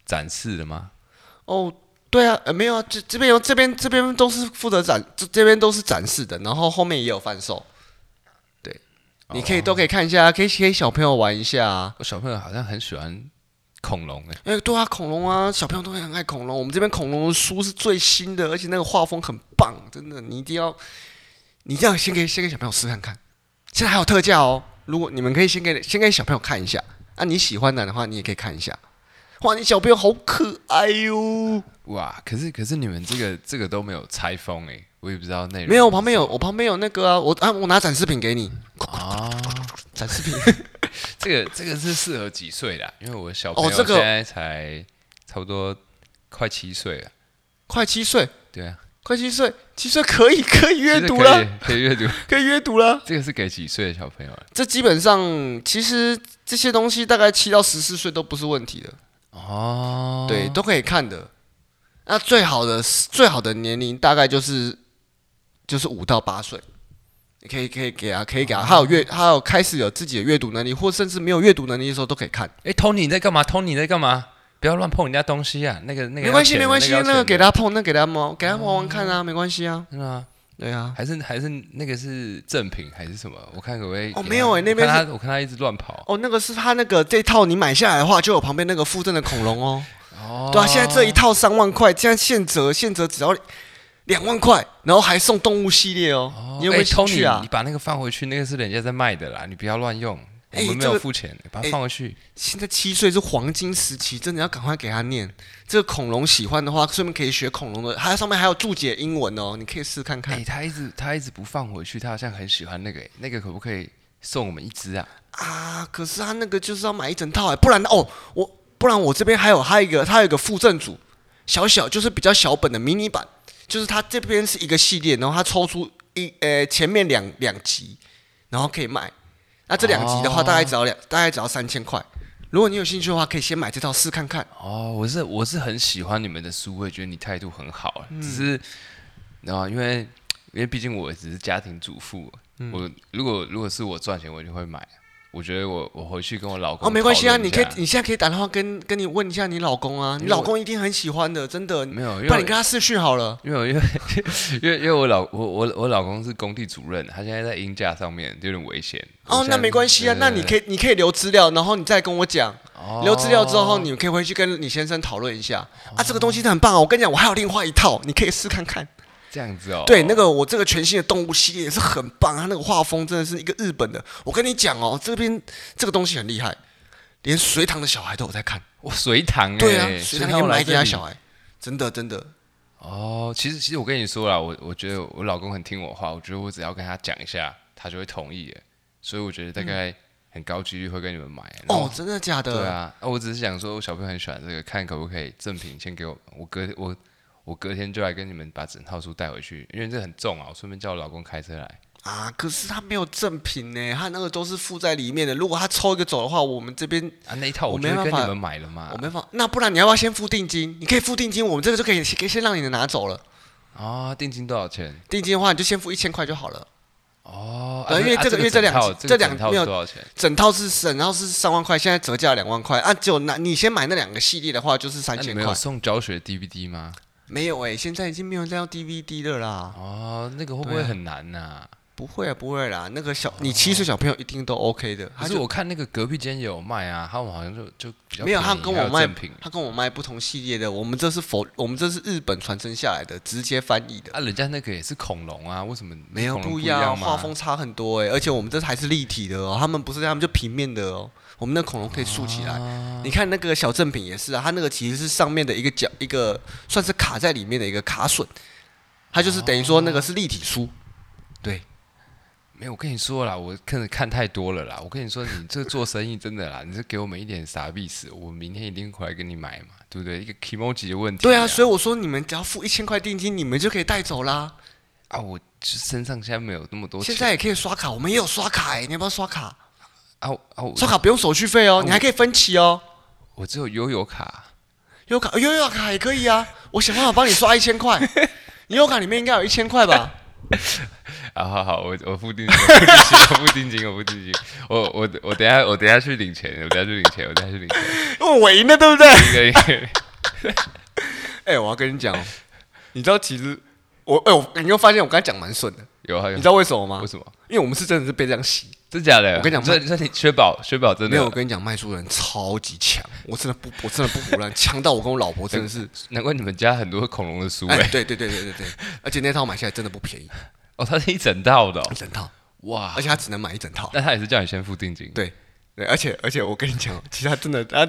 Speaker 1: 展示的吗？
Speaker 2: 哦，对啊，呃，没有啊，这这边有这边这边都是负责展，这这边都是展示的，然后后面也有贩售。对，你可以都可以看一下啊，可以给小朋友玩一下啊。
Speaker 1: 我小朋友好像很喜欢恐龙哎、
Speaker 2: 哎、对啊，恐龙啊，小朋友都会很爱恐龙。我们这边恐龙的书是最新的，而且那个画风很棒，真的，你一定要，你一定要先给先给小朋友试看看。现在还有特价哦，如果你们可以先给先给小朋友看一下，啊，你喜欢的的话，你也可以看一下。哇，你小朋友好可爱哟、
Speaker 1: 哇！可是可是你们这个这个都没有拆封哎、我也不知道内容
Speaker 2: 没有，我旁边有，我旁边有那个啊，我啊，我拿展示品给你，
Speaker 1: 啊。
Speaker 2: 展示品。
Speaker 1: 这个这个是适合几岁的啊、因为我小朋友
Speaker 2: 哦这
Speaker 1: 现
Speaker 2: 个
Speaker 1: 在才差不多快七岁了，
Speaker 2: 快七岁，
Speaker 1: 对啊，
Speaker 2: 快七岁，七岁可以可以阅
Speaker 1: 其实
Speaker 2: 读
Speaker 1: 可
Speaker 2: 了，
Speaker 1: 以可以阅读。
Speaker 2: 可以阅读了。
Speaker 1: 这个是给几岁的小朋友啊？
Speaker 2: 这基本上其实这些东西大概七到十四岁都不是问题的，
Speaker 1: 哦，
Speaker 2: 对，都可以看的。那最好的最好的年龄大概就是就是五到八岁，你可以可以给啊，可以给啊，还有阅还有开始有自己的阅读能力，或甚至没有阅读能力的时候都可以看。
Speaker 1: 哎，Tony 你在干嘛？Tony 你在干嘛？不要乱碰人家东西啊！那个那个
Speaker 2: 没关系，
Speaker 1: 要钱的
Speaker 2: 没关系，
Speaker 1: 那
Speaker 2: 那
Speaker 1: 个要
Speaker 2: 个
Speaker 1: 钱
Speaker 2: 给
Speaker 1: 的
Speaker 2: 他碰，那个给他摸，给他玩玩看啊，没关系啊。
Speaker 1: 真的吗？
Speaker 2: 对啊，
Speaker 1: 还是还是那个是正品还是什么？我看可不可以给
Speaker 2: 哦
Speaker 1: 他？
Speaker 2: 没有欸那边
Speaker 1: 我看他我看他一直乱跑。
Speaker 2: 哦，那个是他那个这一套你买下来的话，就有旁边那个附赠的恐龙哦。
Speaker 1: 哦
Speaker 2: 对啊，现在这一套三万块，现在现折现折只要两万块，然后还送动物系列哦。
Speaker 1: 哦
Speaker 2: 你有没
Speaker 1: 欸
Speaker 2: 有兴趣
Speaker 1: Tony，
Speaker 2: 啊
Speaker 1: 你？把那个放回去，那个是人家在卖的啦，你不要乱用。我
Speaker 2: 欸
Speaker 1: 们没
Speaker 2: 这
Speaker 1: 有
Speaker 2: 个
Speaker 1: 付钱，把它
Speaker 2: 欸
Speaker 1: 放回去。
Speaker 2: 现在七岁是黄金时期，真的要赶快给他念。这个恐龙喜欢的话，顺便可以学恐龙的，它上面还有注解英文哦，你可以试看看。
Speaker 1: 哎，他一直他一直不放回去，他好像很喜欢那个欸，那个可不可以送我们一只啊？
Speaker 2: 啊，可是他那个就是要买一整套哎，不然哦，我不然我这边还有还有一个，它有一个附赠组，小小就是比较小本的迷你版，就是它这边是一个系列，然后它抽出一呃前面两两集，然后可以卖。那这两集的话，
Speaker 1: 哦
Speaker 2: 大概只要两，大概只要三千块。如果你有兴趣的话，可以先买这套试看看。
Speaker 1: 哦，我是我是很喜欢你们的书，我也觉得你态度很好，啊只是你知道吗？因为因为毕竟我只是家庭主妇，我如果如果是我赚钱，我就会买。我觉得我我回去跟我老公
Speaker 2: 哦，没关系啊，
Speaker 1: 讨论
Speaker 2: 你
Speaker 1: 一
Speaker 2: 可以
Speaker 1: 下
Speaker 2: 你现在可以打电话跟跟你问一下你老公啊，你
Speaker 1: 因为我
Speaker 2: 老公一定很喜欢的，真的。
Speaker 1: 没有，因
Speaker 2: 不
Speaker 1: 为
Speaker 2: 然
Speaker 1: 我
Speaker 2: 你跟他试训好了。
Speaker 1: 因为我因为 因为因为我老我我我老公是工地主任，他现在在鹰架上面有点危险。
Speaker 2: 哦，那没关系啊，那你可
Speaker 1: 以
Speaker 2: 以你可以留资料，然后你再跟我讲。
Speaker 1: 哦
Speaker 2: 留资料之后，
Speaker 1: 你
Speaker 2: 你可以回去跟你先生讨论一下
Speaker 1: 哦
Speaker 2: 啊，这个东西很棒啊！我跟你讲，我还有另外一套，你可以试看看。
Speaker 1: 这样子哦。
Speaker 2: 对，那个我这个全新的动物系列也是很棒，啊它那个画风真的是一个日本的。我跟你讲哦，这边这个东西很厉害，连隋唐的小孩都有在看。
Speaker 1: 我隋唐欸
Speaker 2: 对啊，隋
Speaker 1: 隋
Speaker 2: 唐
Speaker 1: 唐
Speaker 2: 也
Speaker 1: 我来
Speaker 2: 买给他
Speaker 1: 这里
Speaker 2: 小孩，真的真的。
Speaker 1: 哦，其实其实我跟你说啦，我我觉得我老公很听我话，我觉得我只要跟他讲一下，他就会同意耶。所以我觉得大概很高几率会跟你们买。然后
Speaker 2: 哦，，真的假
Speaker 1: 对
Speaker 2: 的？
Speaker 1: 啊，啊我只是想说，我小朋友很喜欢这个，看可不可以赠品先给我，我隔我我隔天就来跟你们把整套书带回去，因为这很重啊，我顺便叫我老公开车来。
Speaker 2: 啊，可是他没有正品呢，他那个都是附在里面的。如果他抽一个走的话，我们这边
Speaker 1: 啊，那一套
Speaker 2: 我
Speaker 1: 我就
Speaker 2: 没
Speaker 1: 会
Speaker 2: 办
Speaker 1: 跟
Speaker 2: 法
Speaker 1: 你们买了嘛。
Speaker 2: 我没法。那不然你要不要先付定金？你可以付定金，我们这个就可以先可以先让你的拿走了。
Speaker 1: 啊，定金多少钱？
Speaker 2: 定金的话，你就先付一千块就好了。
Speaker 1: 哦，
Speaker 2: 对
Speaker 1: 啊
Speaker 2: 因为
Speaker 1: 啊
Speaker 2: 这个因为这
Speaker 1: 整
Speaker 2: 两
Speaker 1: 套
Speaker 2: 集
Speaker 1: 这
Speaker 2: 这
Speaker 1: 个
Speaker 2: 两
Speaker 1: 整套
Speaker 2: 没
Speaker 1: 是
Speaker 2: 有
Speaker 1: 多少钱？
Speaker 2: 整套是省，然后是三万块，现在折价两万块啊。只有拿你先买那两个系列的话，就是
Speaker 1: 那
Speaker 2: 三
Speaker 1: 你
Speaker 2: 千
Speaker 1: 们
Speaker 2: 块
Speaker 1: 哎有。送教学 DVD 吗？
Speaker 2: 没有哎、现在已经没有人在用 DVD 了啦。
Speaker 1: 哦，那个会不
Speaker 2: 对
Speaker 1: 会
Speaker 2: 啊
Speaker 1: 很难呐、
Speaker 2: 不会啊，不会啦。那个小你七岁小朋友一定都 OK 的。
Speaker 1: 可
Speaker 2: 他
Speaker 1: 是
Speaker 2: 就
Speaker 1: 我看那个隔壁间也有卖啊，他们好像就就比较
Speaker 2: 没有
Speaker 1: 便
Speaker 2: 他
Speaker 1: 宜
Speaker 2: 跟
Speaker 1: 还
Speaker 2: 我
Speaker 1: 有
Speaker 2: 卖
Speaker 1: 赠品，
Speaker 2: 他跟我卖不同系列的。我们这是否我们这是日本传承下来的，直接翻译的。
Speaker 1: 啊，人家那个也是恐龙啊，为什么
Speaker 2: 没有
Speaker 1: 恐龙
Speaker 2: 不
Speaker 1: 不
Speaker 2: 一样，
Speaker 1: 吗
Speaker 2: 画风差很多哎、而且我们这还是立体的哦，他们不是他们就平面的哦，我们那恐龙可以竖起来。你看那个小正品也是啊，它那个其实是上面的一个角，一个算是卡在里面的一个卡榫，它就是等于说那个是立体书。对，
Speaker 1: 没有，我跟你说啦，我看看太多了啦。我跟你说，你这做生意真的啦，你这给我们一点傻逼死，我明天一定回来跟你买嘛，对不对？一个 emoji 的问题、
Speaker 2: 对
Speaker 1: 啊，
Speaker 2: 啊，所以我说你们只要付一千块定金，你们就可以带走啦。
Speaker 1: 啊，我就身上现在没有那么多钱，
Speaker 2: 现在也可以刷卡，我们也有刷卡哎、你要不要刷卡？
Speaker 1: 啊我啊，我
Speaker 2: 刷卡不用手续费哦，你还可以分期哦。
Speaker 1: 我只有悠游卡，
Speaker 2: 悠游卡，悠游卡也可以啊，我想办法帮你刷一千 块。你悠游卡里面应该有一千块吧？
Speaker 1: 啊，好好，我我付定金，我付定金，我付定金，我付定金，我我我等一下我等一下去领钱，我等一下去领钱，我等一下去领钱，
Speaker 2: 因为 我赢了，对不对？
Speaker 1: 一个一个。
Speaker 2: 哎、我要跟你讲哦，你知道其实我哎、我你又发现我刚才讲蛮顺的，
Speaker 1: 有啊，有
Speaker 2: 你知道为什么吗
Speaker 1: 为？什么？
Speaker 2: 因为我们是真的是被这样洗。
Speaker 1: 真假的？
Speaker 2: 我跟你讲
Speaker 1: 这这你薛宝，薛宝真
Speaker 2: 没
Speaker 1: 的啊
Speaker 2: 有，我跟你讲，卖书人超级强，我真的不，我真的不胡乱，强到我跟我老婆真的是，
Speaker 1: 难怪你们家很多恐龙的书
Speaker 2: 哎
Speaker 1: 哎、，
Speaker 2: 对对对对对对，而且那套买下来真的不便宜，
Speaker 1: 哦，它是一整套的、哦
Speaker 2: 一，整套，
Speaker 1: 哇
Speaker 2: 而！且他只能买一 整套，
Speaker 1: 但他也是叫你先付定金，
Speaker 2: 对对，而且而且我跟你讲，其实他真的他。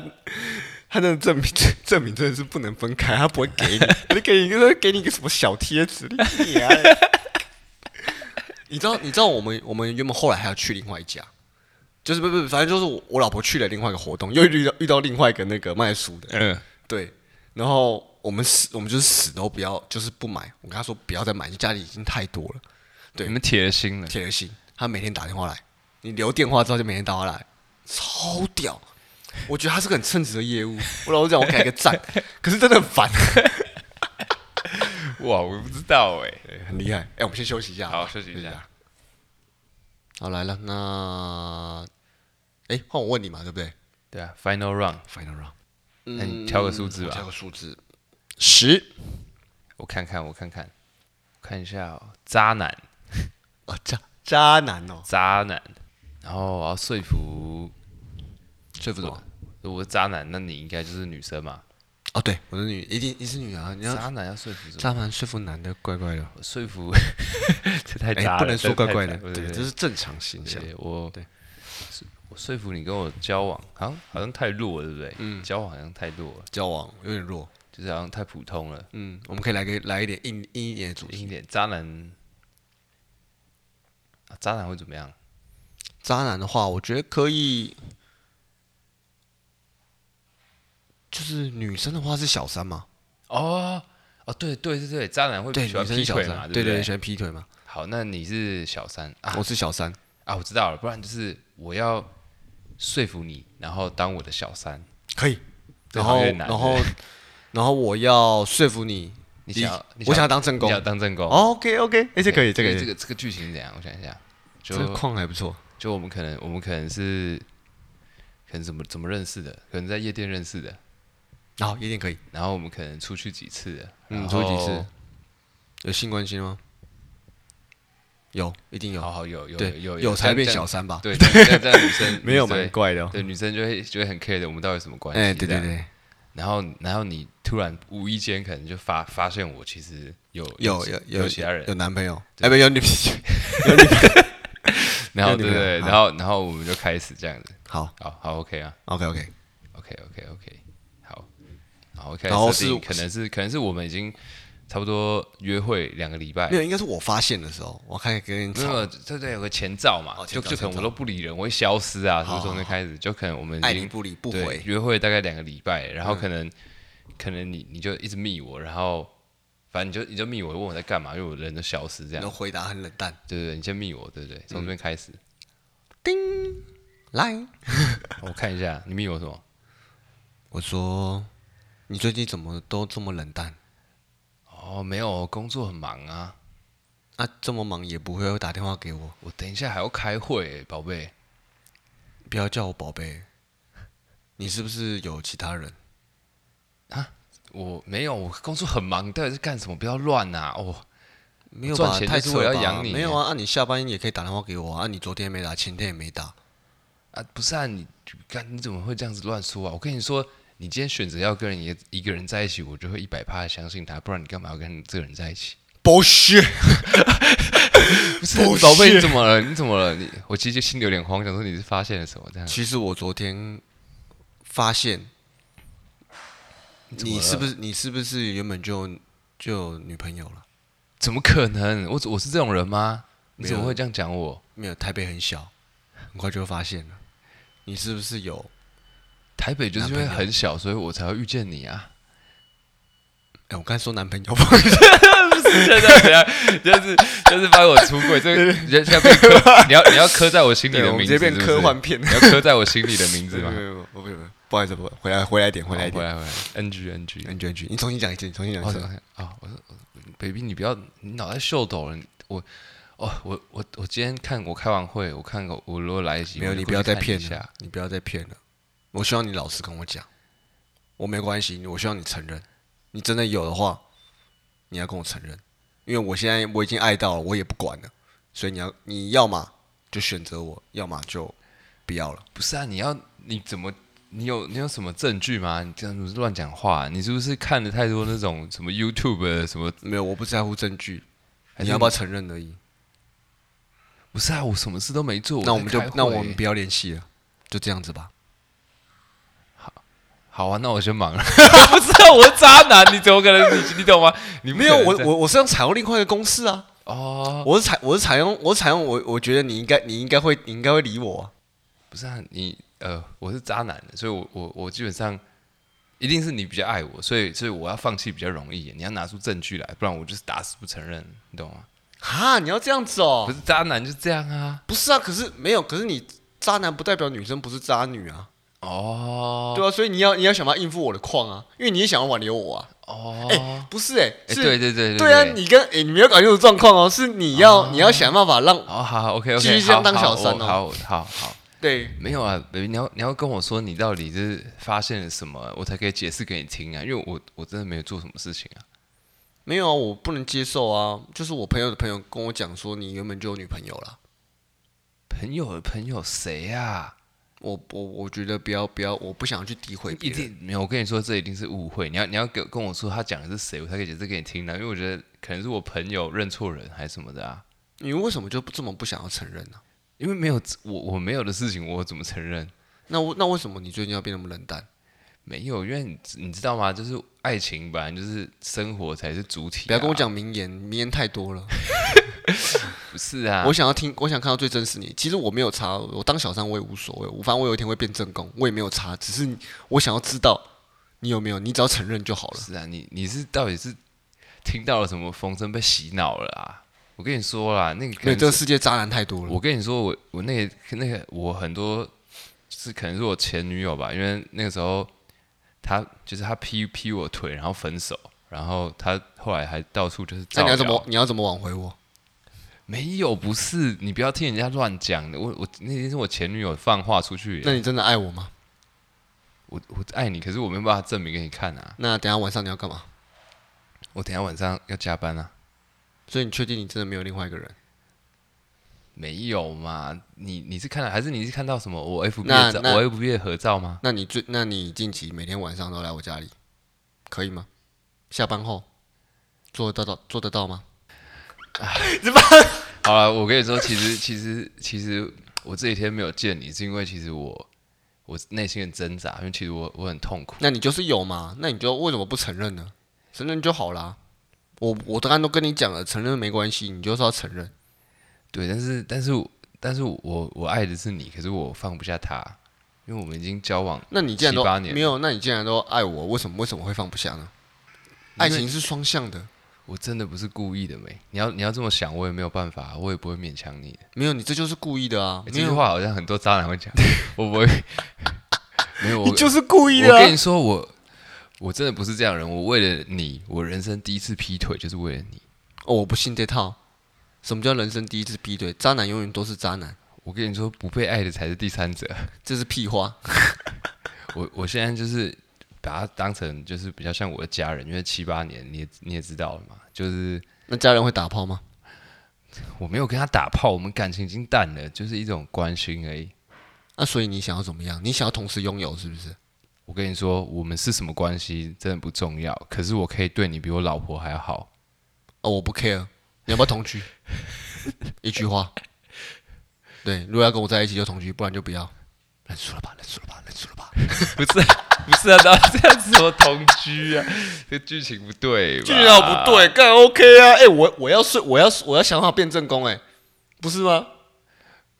Speaker 2: 他那个证明 证明真的是不能分开，他不会给你，他就给你一个给你一个什么小贴纸，你娘的 你知道，你知道我们我们原本后来还要去另外一家，就是不不，不反正就是我我老婆去了另外一个活动，又遇到遇到另外一个那个卖书的，
Speaker 1: 嗯，
Speaker 2: 对，然后我们死我们就是死都不要，就是不买。我跟他说不要再买，家里已经太多了，对
Speaker 1: 你们铁了心 了。
Speaker 2: 铁了心。他每天打电话来，你留电话之后就每天打电话来，超屌。我觉得他是个很称职 的业务，我老实讲，我给他一个赞。可是真的很烦，
Speaker 1: 哇，我不知道哎、
Speaker 2: 很厉害。哎、我们先休息一下，
Speaker 1: 好，休息一下。。
Speaker 2: 好来了，那哎，换、我问你嘛，对不对
Speaker 1: 对啊，Final Round，
Speaker 2: ？Final round，
Speaker 1: 那你挑个数字
Speaker 2: 嗯
Speaker 1: 啊
Speaker 2: 我
Speaker 1: 吧
Speaker 2: 挑个数字，十。
Speaker 1: 我看看，我看看。看一下、哦，渣男，
Speaker 2: 哦，渣渣男哦，
Speaker 1: 渣男，然后我要说服
Speaker 2: 说服什么？
Speaker 1: 如果是渣男，那你应该就是女生嘛？
Speaker 2: 哦，对，我的女一定一是女啊，你要
Speaker 1: 渣男要说服什么？
Speaker 2: 渣男说服男的怪怪的，
Speaker 1: 我说服 这太
Speaker 2: 哎
Speaker 1: 渣了，，
Speaker 2: 不能说怪怪的，
Speaker 1: 这太渣了
Speaker 2: 对，
Speaker 1: 对，
Speaker 2: 这是正常现象。
Speaker 1: 对我
Speaker 2: 对
Speaker 1: 我说服你跟我交往，好像好像太弱了，对不对？嗯，交往好像太弱了，
Speaker 2: 交往有点弱，
Speaker 1: 就是好像太普通了。
Speaker 2: 嗯，我们可以来个来一点硬硬一点的主
Speaker 1: 硬
Speaker 2: 题
Speaker 1: 一，点，渣男、啊渣男会怎么样？
Speaker 2: 渣男的话，我觉得可以，就是女生的话是小三嘛，
Speaker 1: 哦哦，对对对对，渣男会
Speaker 2: 对，
Speaker 1: 嗯喜欢
Speaker 2: 女生
Speaker 1: 劈
Speaker 2: 是小
Speaker 1: 腿
Speaker 2: 三
Speaker 1: 嘛，
Speaker 2: 对
Speaker 1: 不对
Speaker 2: 喜？欢劈腿嘛，
Speaker 1: 好，那你是小三啊
Speaker 2: 我是小三，
Speaker 1: 啊，我知道了，不然就是我要说服你，然后当我的小三，
Speaker 2: 可以，
Speaker 1: 这
Speaker 2: 然
Speaker 1: 好
Speaker 2: 后
Speaker 1: 像有点难
Speaker 2: 然后 然后我要说服你，
Speaker 1: 你想要，你
Speaker 2: 我想要
Speaker 1: 要
Speaker 2: 当正
Speaker 1: 你
Speaker 2: 宫
Speaker 1: 想要当正宫，
Speaker 2: ，OK OK，哎，这可以，
Speaker 1: 这
Speaker 2: 这可以，
Speaker 1: 这个这个剧情是怎样？我想一下，
Speaker 2: 这个
Speaker 1: 就
Speaker 2: 框还不错，
Speaker 1: 就我们可能我们可能是可能怎么怎么认识的，可能在夜店认识的，
Speaker 2: 然后一定可以，
Speaker 1: 然后我们可能出去几次的，
Speaker 2: 嗯，
Speaker 1: 然
Speaker 2: 出去几
Speaker 1: 后
Speaker 2: 次？有性关系吗？有，一定有，
Speaker 1: 好好有有
Speaker 2: 对，
Speaker 1: 有
Speaker 2: 有才变
Speaker 1: 这样
Speaker 2: 小三吧？
Speaker 1: 对，这样这样女生
Speaker 2: 没有蛮
Speaker 1: 对
Speaker 2: 怪的哦，
Speaker 1: 对女生就会就会很 care 的，我们到底什么关系？
Speaker 2: 哎，对对
Speaker 1: 这样。
Speaker 2: 对，
Speaker 1: 然后然后你突然无意间可能就发发现我其实有
Speaker 2: 有
Speaker 1: 有
Speaker 2: 有有
Speaker 1: 其他人
Speaker 2: 有，男朋友，哎，不有女朋友。
Speaker 1: 然后
Speaker 2: 有女
Speaker 1: 对
Speaker 2: 朋
Speaker 1: 对，
Speaker 2: 友好
Speaker 1: 然后然后我们就开始这样子，
Speaker 2: 好
Speaker 1: 好好 OK 啊
Speaker 2: ，OK OK，
Speaker 1: ，OK OK OK，好，然后开
Speaker 2: 然后
Speaker 1: 始设定
Speaker 2: 是
Speaker 1: 可能是可能是我们已经差不多约会两个礼拜
Speaker 2: 没。有，应该是我发现的时候，我开始跟你
Speaker 1: 没
Speaker 2: 吵，
Speaker 1: 有，这这有个前兆嘛，
Speaker 2: 哦
Speaker 1: 就
Speaker 2: 前兆
Speaker 1: 就可能
Speaker 2: 前
Speaker 1: 我
Speaker 2: 兆
Speaker 1: 都不理人，我会消失啊，什么时候
Speaker 2: 好
Speaker 1: 就开始，就可能我们
Speaker 2: 爱
Speaker 1: 已
Speaker 2: 理
Speaker 1: 经
Speaker 2: 不理不
Speaker 1: 对，
Speaker 2: 回，
Speaker 1: 约会大概两个礼拜，然后可能、可能你你就一直密我，然后反正你就你就密我，问我在干嘛，因为我人都消失这
Speaker 2: 然
Speaker 1: 样
Speaker 2: 后。回答很冷淡，
Speaker 1: 对对对，你先密我，对不对？从这边开始，
Speaker 2: 来，
Speaker 1: 我看一下你密我什么。
Speaker 2: 我说你最近怎么都这么冷淡
Speaker 1: 哦，没有，工作很忙啊，
Speaker 2: 啊？这么忙也不会打电话给我，
Speaker 1: 我等一下还要开会耶，宝贝。
Speaker 2: 不要叫我宝贝，你是不是有其他人？
Speaker 1: 我没有，我工作很忙，你到底是干什么？不要乱呐、哦，
Speaker 2: 没有
Speaker 1: 赚
Speaker 2: 吧？
Speaker 1: 钱
Speaker 2: 太
Speaker 1: 就是
Speaker 2: 扯
Speaker 1: 我要
Speaker 2: 吧
Speaker 1: 养你
Speaker 2: 没有啊？啊，你下班也可以打电话给我啊？啊你昨天没打，前天也没打，
Speaker 1: 啊，不是啊，你干你怎么会这样子乱说啊？我跟你说，你今天选择要跟人一一个人在一起，我就会一百趴相信他，不然你干嘛要跟这个人在一起？
Speaker 2: 不是，
Speaker 1: 不是
Speaker 2: 不是
Speaker 1: 宝贝，你怎么了？你怎么了？你我其实心里有点慌，想说你是发现了什么这样？
Speaker 2: 其实我昨天发现，
Speaker 1: 怎么
Speaker 2: 你是不是你是不是原本就就有女朋友了？
Speaker 1: 怎么可能？我我是这种人吗？你
Speaker 2: 没有
Speaker 1: 怎么会这样讲我？
Speaker 2: 没有，台北很小，很快就会发现了。你是不是有？
Speaker 1: 台北就是因为
Speaker 2: 男朋
Speaker 1: 很小，所以我才会遇见你啊！
Speaker 2: 哎，我刚才说男朋友，
Speaker 1: 现在怎样？就是就是把我出柜，这个人家被刻，你要你要刻在我心里
Speaker 2: 对，
Speaker 1: 的
Speaker 2: 我们
Speaker 1: 名
Speaker 2: 直接
Speaker 1: 字，
Speaker 2: 变
Speaker 1: 是不是
Speaker 2: 科幻片。
Speaker 1: 你要刻在我心里的名字
Speaker 2: 没有
Speaker 1: 吗
Speaker 2: 没？有没有不不不，不好意思，不回来回来一点，回来一
Speaker 1: 好回来
Speaker 2: 点。
Speaker 1: 回来，NG NG。
Speaker 2: 安全去，你重新讲一次，你重新讲一
Speaker 1: 哦
Speaker 2: 次。
Speaker 1: 啊，我说我，baby，你不要，你脑袋秀抖了。我，哦，我我我今天看我开完会，我看我我如果来得及，
Speaker 2: 没有，
Speaker 1: 我就
Speaker 2: 你
Speaker 1: 过
Speaker 2: 不要
Speaker 1: 去
Speaker 2: 再
Speaker 1: 看一
Speaker 2: 骗
Speaker 1: 下
Speaker 2: 了。，你不要再骗了。我希望你老实跟我讲，我没关系，我希望你承认。你真的有的话，你要跟我承认，因为我现在我已经爱到了，我也不管了。所以你要，你要么就选择我，要么就不要了。
Speaker 1: 不是啊，你要你怎么？你有你有什么证据吗？你这样子乱讲话，啊你是不是看了太多那种什么 YouTube 的什么？
Speaker 2: 没有，我不在乎证据，
Speaker 1: 还是
Speaker 2: 你要不要承认而已。
Speaker 1: 不是啊，我什么事都没做。
Speaker 2: 那我们就
Speaker 1: 在开会欸
Speaker 2: 那我们不要联系了，就这样子吧。
Speaker 1: 好啊，那我先忙了。 不是啊，我是渣男，你怎么可能？你你懂吗？你不
Speaker 2: 没有，
Speaker 1: 可能
Speaker 2: 我
Speaker 1: 在
Speaker 2: 我我是要采用另外一个公式啊，
Speaker 1: 哦，
Speaker 2: 我是采我是采用我是采用我我觉得你应该你应该会你应该会理我、啊。
Speaker 1: 不是啊，你呃，我是渣男的，所以我我我基本上一定是你比较爱我，所以所以我要放弃比较容易。你要拿出证据来，不然我就是打死不承认，你懂吗？
Speaker 2: 哈，你要这样子哦？
Speaker 1: 不是渣男就这样啊。
Speaker 2: 不是啊，可是没有，可是你渣男不代表女生不是渣女啊，
Speaker 1: 哦
Speaker 2: 对啊，所以你要你要想办法应付我的矿啊，因为你也想要挽留我啊，
Speaker 1: 哦，
Speaker 2: 哎、不是哎、
Speaker 1: 哎
Speaker 2: 是、
Speaker 1: 对对对啊
Speaker 2: 对啊，你跟哎、你没有搞清楚状况哦，是你要、你要想办法让
Speaker 1: 好好好 OK OK，
Speaker 2: 继续这样当小三哦
Speaker 1: 好好好，
Speaker 2: 对
Speaker 1: 没有啊，baby，你要你要跟我说你到底是发现了什么，我才可以解释给你听啊，因为我我真的没有做什么事情啊。
Speaker 2: 没有啊，我不能接受啊！就是我朋友的朋友跟我讲说，你原本就有女朋友了。
Speaker 1: 朋友的朋友谁啊？
Speaker 2: 我我我觉得不要不要，我不想去诋毁
Speaker 1: 一
Speaker 2: 别人。
Speaker 1: 定没有，我跟你说，这一定是误会。你要你要跟跟我说他讲的是谁，我才可以解释给你听啊呢、因为我觉得可能是我朋友认错人还是什么的啊。
Speaker 2: 你为什么就不这么不想要承认呢、
Speaker 1: 因为没有我我没有的事情，我怎么承认？
Speaker 2: 那我那为什么你最近要变那么冷淡？
Speaker 1: 没有，因为你你知道吗？就是爱情本来就是生活才是主体、啊
Speaker 2: 不要跟我，讲名言，名言太多了。
Speaker 1: 不是啊，
Speaker 2: 我想要听，我想看到最真实你。其实我没有差，我当小三我也无所谓，我反正我有一天会变正宫，我也没有差，只是我想要知道你有没有，你只要承认就好了。
Speaker 1: 是啊，你你是到底是听到了什么风声被洗脑了啊？我跟你说啦，那个可
Speaker 2: 因为
Speaker 1: 能
Speaker 2: 这个
Speaker 1: 是
Speaker 2: 世界渣男太多了。
Speaker 1: 我跟你说，我我那个那个我很多就是可能是我前女友吧，因为那个时候她就是她劈劈我腿，然后分手，然后她后来还到处就是造
Speaker 2: 那
Speaker 1: 谣
Speaker 2: 你要怎么你要怎么挽回我？
Speaker 1: 没有？不是，你不要听人家乱讲的。我我那天是我前女友放话出去，
Speaker 2: 那你真的爱我吗？
Speaker 1: 我我爱你，可是我没有办法证明给你看啊。
Speaker 2: 那等一下晚上你要干嘛？
Speaker 1: 我等一下晚上要加班啊。
Speaker 2: 所以你确定你真的没有另外一个人？
Speaker 1: 没有嘛？你你是看了还是你是看到什么我 FB
Speaker 2: 那
Speaker 1: 的照
Speaker 2: 那
Speaker 1: 我 FB 的合照吗？
Speaker 2: 那你最，那你近期每天晚上都来我家里，可以吗？下班后做得到做得到吗？
Speaker 1: 好了，我跟你说，其实 其实其实我这几天没有见你，是因为其实我我内心很挣扎，因为其实我我很痛苦。
Speaker 2: 那你就是有嘛？那你就为什么不承认呢？承认就好啦。我我刚刚都跟你讲了，承认没关系，你就是要承认。
Speaker 1: 对，但是但是但是我我爱的是你，可是我放不下他，因为我们已经交往
Speaker 2: 那你既然都
Speaker 1: 七八年了
Speaker 2: 没有，那你既然都爱我，为什么为什么会放不下呢？
Speaker 1: 因为
Speaker 2: 爱情是双向的，
Speaker 1: 我真的不是故意的没，你要你要这么想，我也没有办法，我也不会勉强你。
Speaker 2: 没有你这就是故意的啊！
Speaker 1: 欸这
Speaker 2: 没
Speaker 1: 句
Speaker 2: 有，
Speaker 1: 话好像很多渣男会讲，我不会， 没有，我
Speaker 2: 你就是故意的
Speaker 1: 我
Speaker 2: 啊、
Speaker 1: 跟你说，我我真的不是这样的人，我为了你，我人生第一次劈腿就是为了你。
Speaker 2: 哦，我不信这套。什么叫人生第一次劈腿？渣男永远都是渣男，
Speaker 1: 我跟你说，不被爱的才是第三者。
Speaker 2: 这是屁话。
Speaker 1: 我我现在就是把它当成就是比较像我的家人，因为七八年你也你也知道了嘛，就是
Speaker 2: 那家人会打炮吗？
Speaker 1: 我没有跟他打炮，我们感情已经淡了，就是一种关心而已。
Speaker 2: 那、所以你想要怎么样？你想要同时拥有是不是？
Speaker 1: 我跟你说，我们是什么关系真的不重要，可是我可以对你比我老婆还要好。
Speaker 2: 哦，我不 care，你要不要同居？一句话。对，如果要跟我在一起就同居，不然就不要。认输了吧，认输了吧，认输了吧。
Speaker 1: 不是、啊、不是啊，然后这样子我同居啊，这剧情不对吧，
Speaker 2: 句好不对，干 OK 啊？哎、我我要睡，我要我要想法变正宫，哎，不是吗？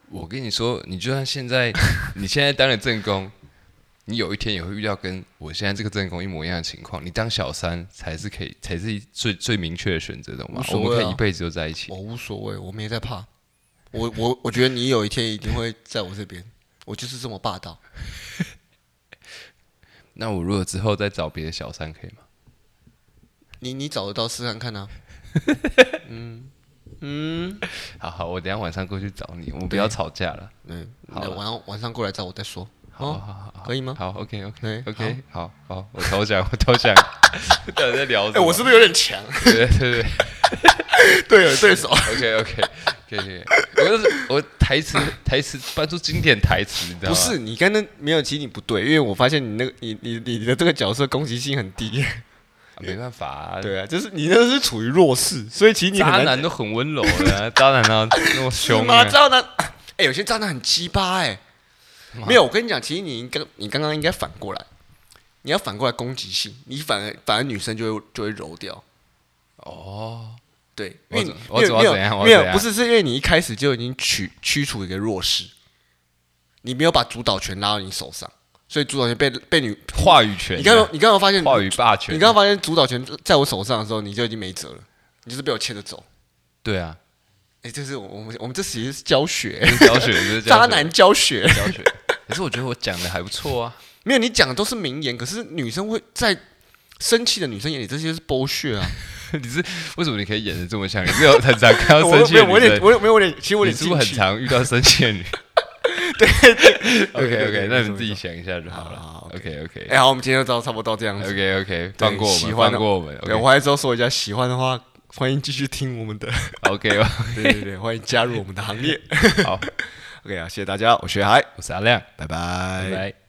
Speaker 1: 我跟你说，你就算现 在你现在当了正宫，你有一天也会遇到跟我现在这个正宫一模一样的情况。你当小三才是可以，才是最最明确的选择，懂吗
Speaker 2: 无？所
Speaker 1: 我
Speaker 2: 谓啊
Speaker 1: 们可以一辈子都在一起
Speaker 2: 我。无所谓，我没在怕。我我我觉得你有一天一定会在我这边，我就是这么霸道。
Speaker 1: 那我如果之后再找别的小三，可以吗？
Speaker 2: 你你找得到试看看啊。嗯
Speaker 1: 好好，我等一下晚上过去找你，我们不要吵架了。
Speaker 2: 嗯，
Speaker 1: 好
Speaker 2: 那晚上晚上过来找我再说。
Speaker 1: 好好啊
Speaker 2: 哦，
Speaker 1: 好好，
Speaker 2: 可以吗哎
Speaker 1: 好，OK OK
Speaker 2: 对
Speaker 1: OK，好好，我投降，我投 降。到底在聊什么？
Speaker 2: 不哎是有点强？
Speaker 1: 对对对。
Speaker 2: 对了，对手。
Speaker 1: OK OK，可以可以。我就是我台词台词搬出经典台词，你知道
Speaker 2: 不
Speaker 1: 吗？
Speaker 2: 是，你刚才没有，其实你不对，因为我发现你那个你你你的这个角色攻击性很低。
Speaker 1: 啊没办法、啊，
Speaker 2: 对啊，就是你那是处于弱势，所以其实你很
Speaker 1: 渣
Speaker 2: 难
Speaker 1: 男都很温柔的、啊，渣男啊那么
Speaker 2: 是
Speaker 1: 凶、
Speaker 2: 吗？
Speaker 1: 啊，
Speaker 2: 渣男，哎、有些渣男很鸡巴哎。没有，我跟你讲，其实你应该，你刚刚应该反过来，你要反过来攻击性，你反而反而女生就会就会柔掉。
Speaker 1: 哦，
Speaker 2: 对，因
Speaker 1: 我
Speaker 2: 为
Speaker 1: 怎
Speaker 2: 你
Speaker 1: 我
Speaker 2: 因为
Speaker 1: 怎我
Speaker 2: 没有
Speaker 1: 怎样我
Speaker 2: 没有
Speaker 1: 怎，样
Speaker 2: 不是是因为你一开始就已经驱驱除一个弱势，你没有把主导权拉到你手上，所以主导权被被女。
Speaker 1: 话语权啊，
Speaker 2: 你刚刚你刚刚发现
Speaker 1: 话语霸权啊，
Speaker 2: 你刚刚发现主导权在我手上的时候，你就已经没辙了，你就是被我牵着走。
Speaker 1: 对啊，
Speaker 2: 哎、这是我我们我们这其实是教学，
Speaker 1: 这是教学，这是教
Speaker 2: 渣
Speaker 1: 学
Speaker 2: 男教学。
Speaker 1: 教学。可是我觉得我讲的还不错啊，
Speaker 2: 没有，你讲的都是名言，可是女生会在生气的女生眼里，这些是剥削啊！
Speaker 1: 你是为什么你可以演的这么像？你是有很常看到
Speaker 2: 我
Speaker 1: 生
Speaker 2: 没
Speaker 1: 气的
Speaker 2: 有，我有
Speaker 1: 女
Speaker 2: 点，
Speaker 1: 生，
Speaker 2: 我有没有，我有点，其实我有
Speaker 1: 你
Speaker 2: 点
Speaker 1: 是不是很
Speaker 2: 进 去。
Speaker 1: 常遇到生气的女？ OK
Speaker 2: 对
Speaker 1: OK，
Speaker 2: 对
Speaker 1: 那
Speaker 2: 没错
Speaker 1: 你自己
Speaker 2: 没
Speaker 1: 想一下就好了。
Speaker 2: 好好
Speaker 1: OK OK
Speaker 2: 啊哎、好，我们今天就到差不多到这样子。
Speaker 1: OK OK，
Speaker 2: 对
Speaker 1: 放过我
Speaker 2: 喜
Speaker 1: 们，
Speaker 2: 欢
Speaker 1: 放
Speaker 2: 的
Speaker 1: 过我们。
Speaker 2: 对，我还是要说一下，喜欢的话，欢迎继续听我们的。
Speaker 1: OK OK，
Speaker 2: 对对对，欢迎加入我们的行列。
Speaker 1: 好，
Speaker 2: OK 啊，谢谢大家，我是海，
Speaker 1: 我是阿亮，
Speaker 2: 拜拜
Speaker 1: 拜拜。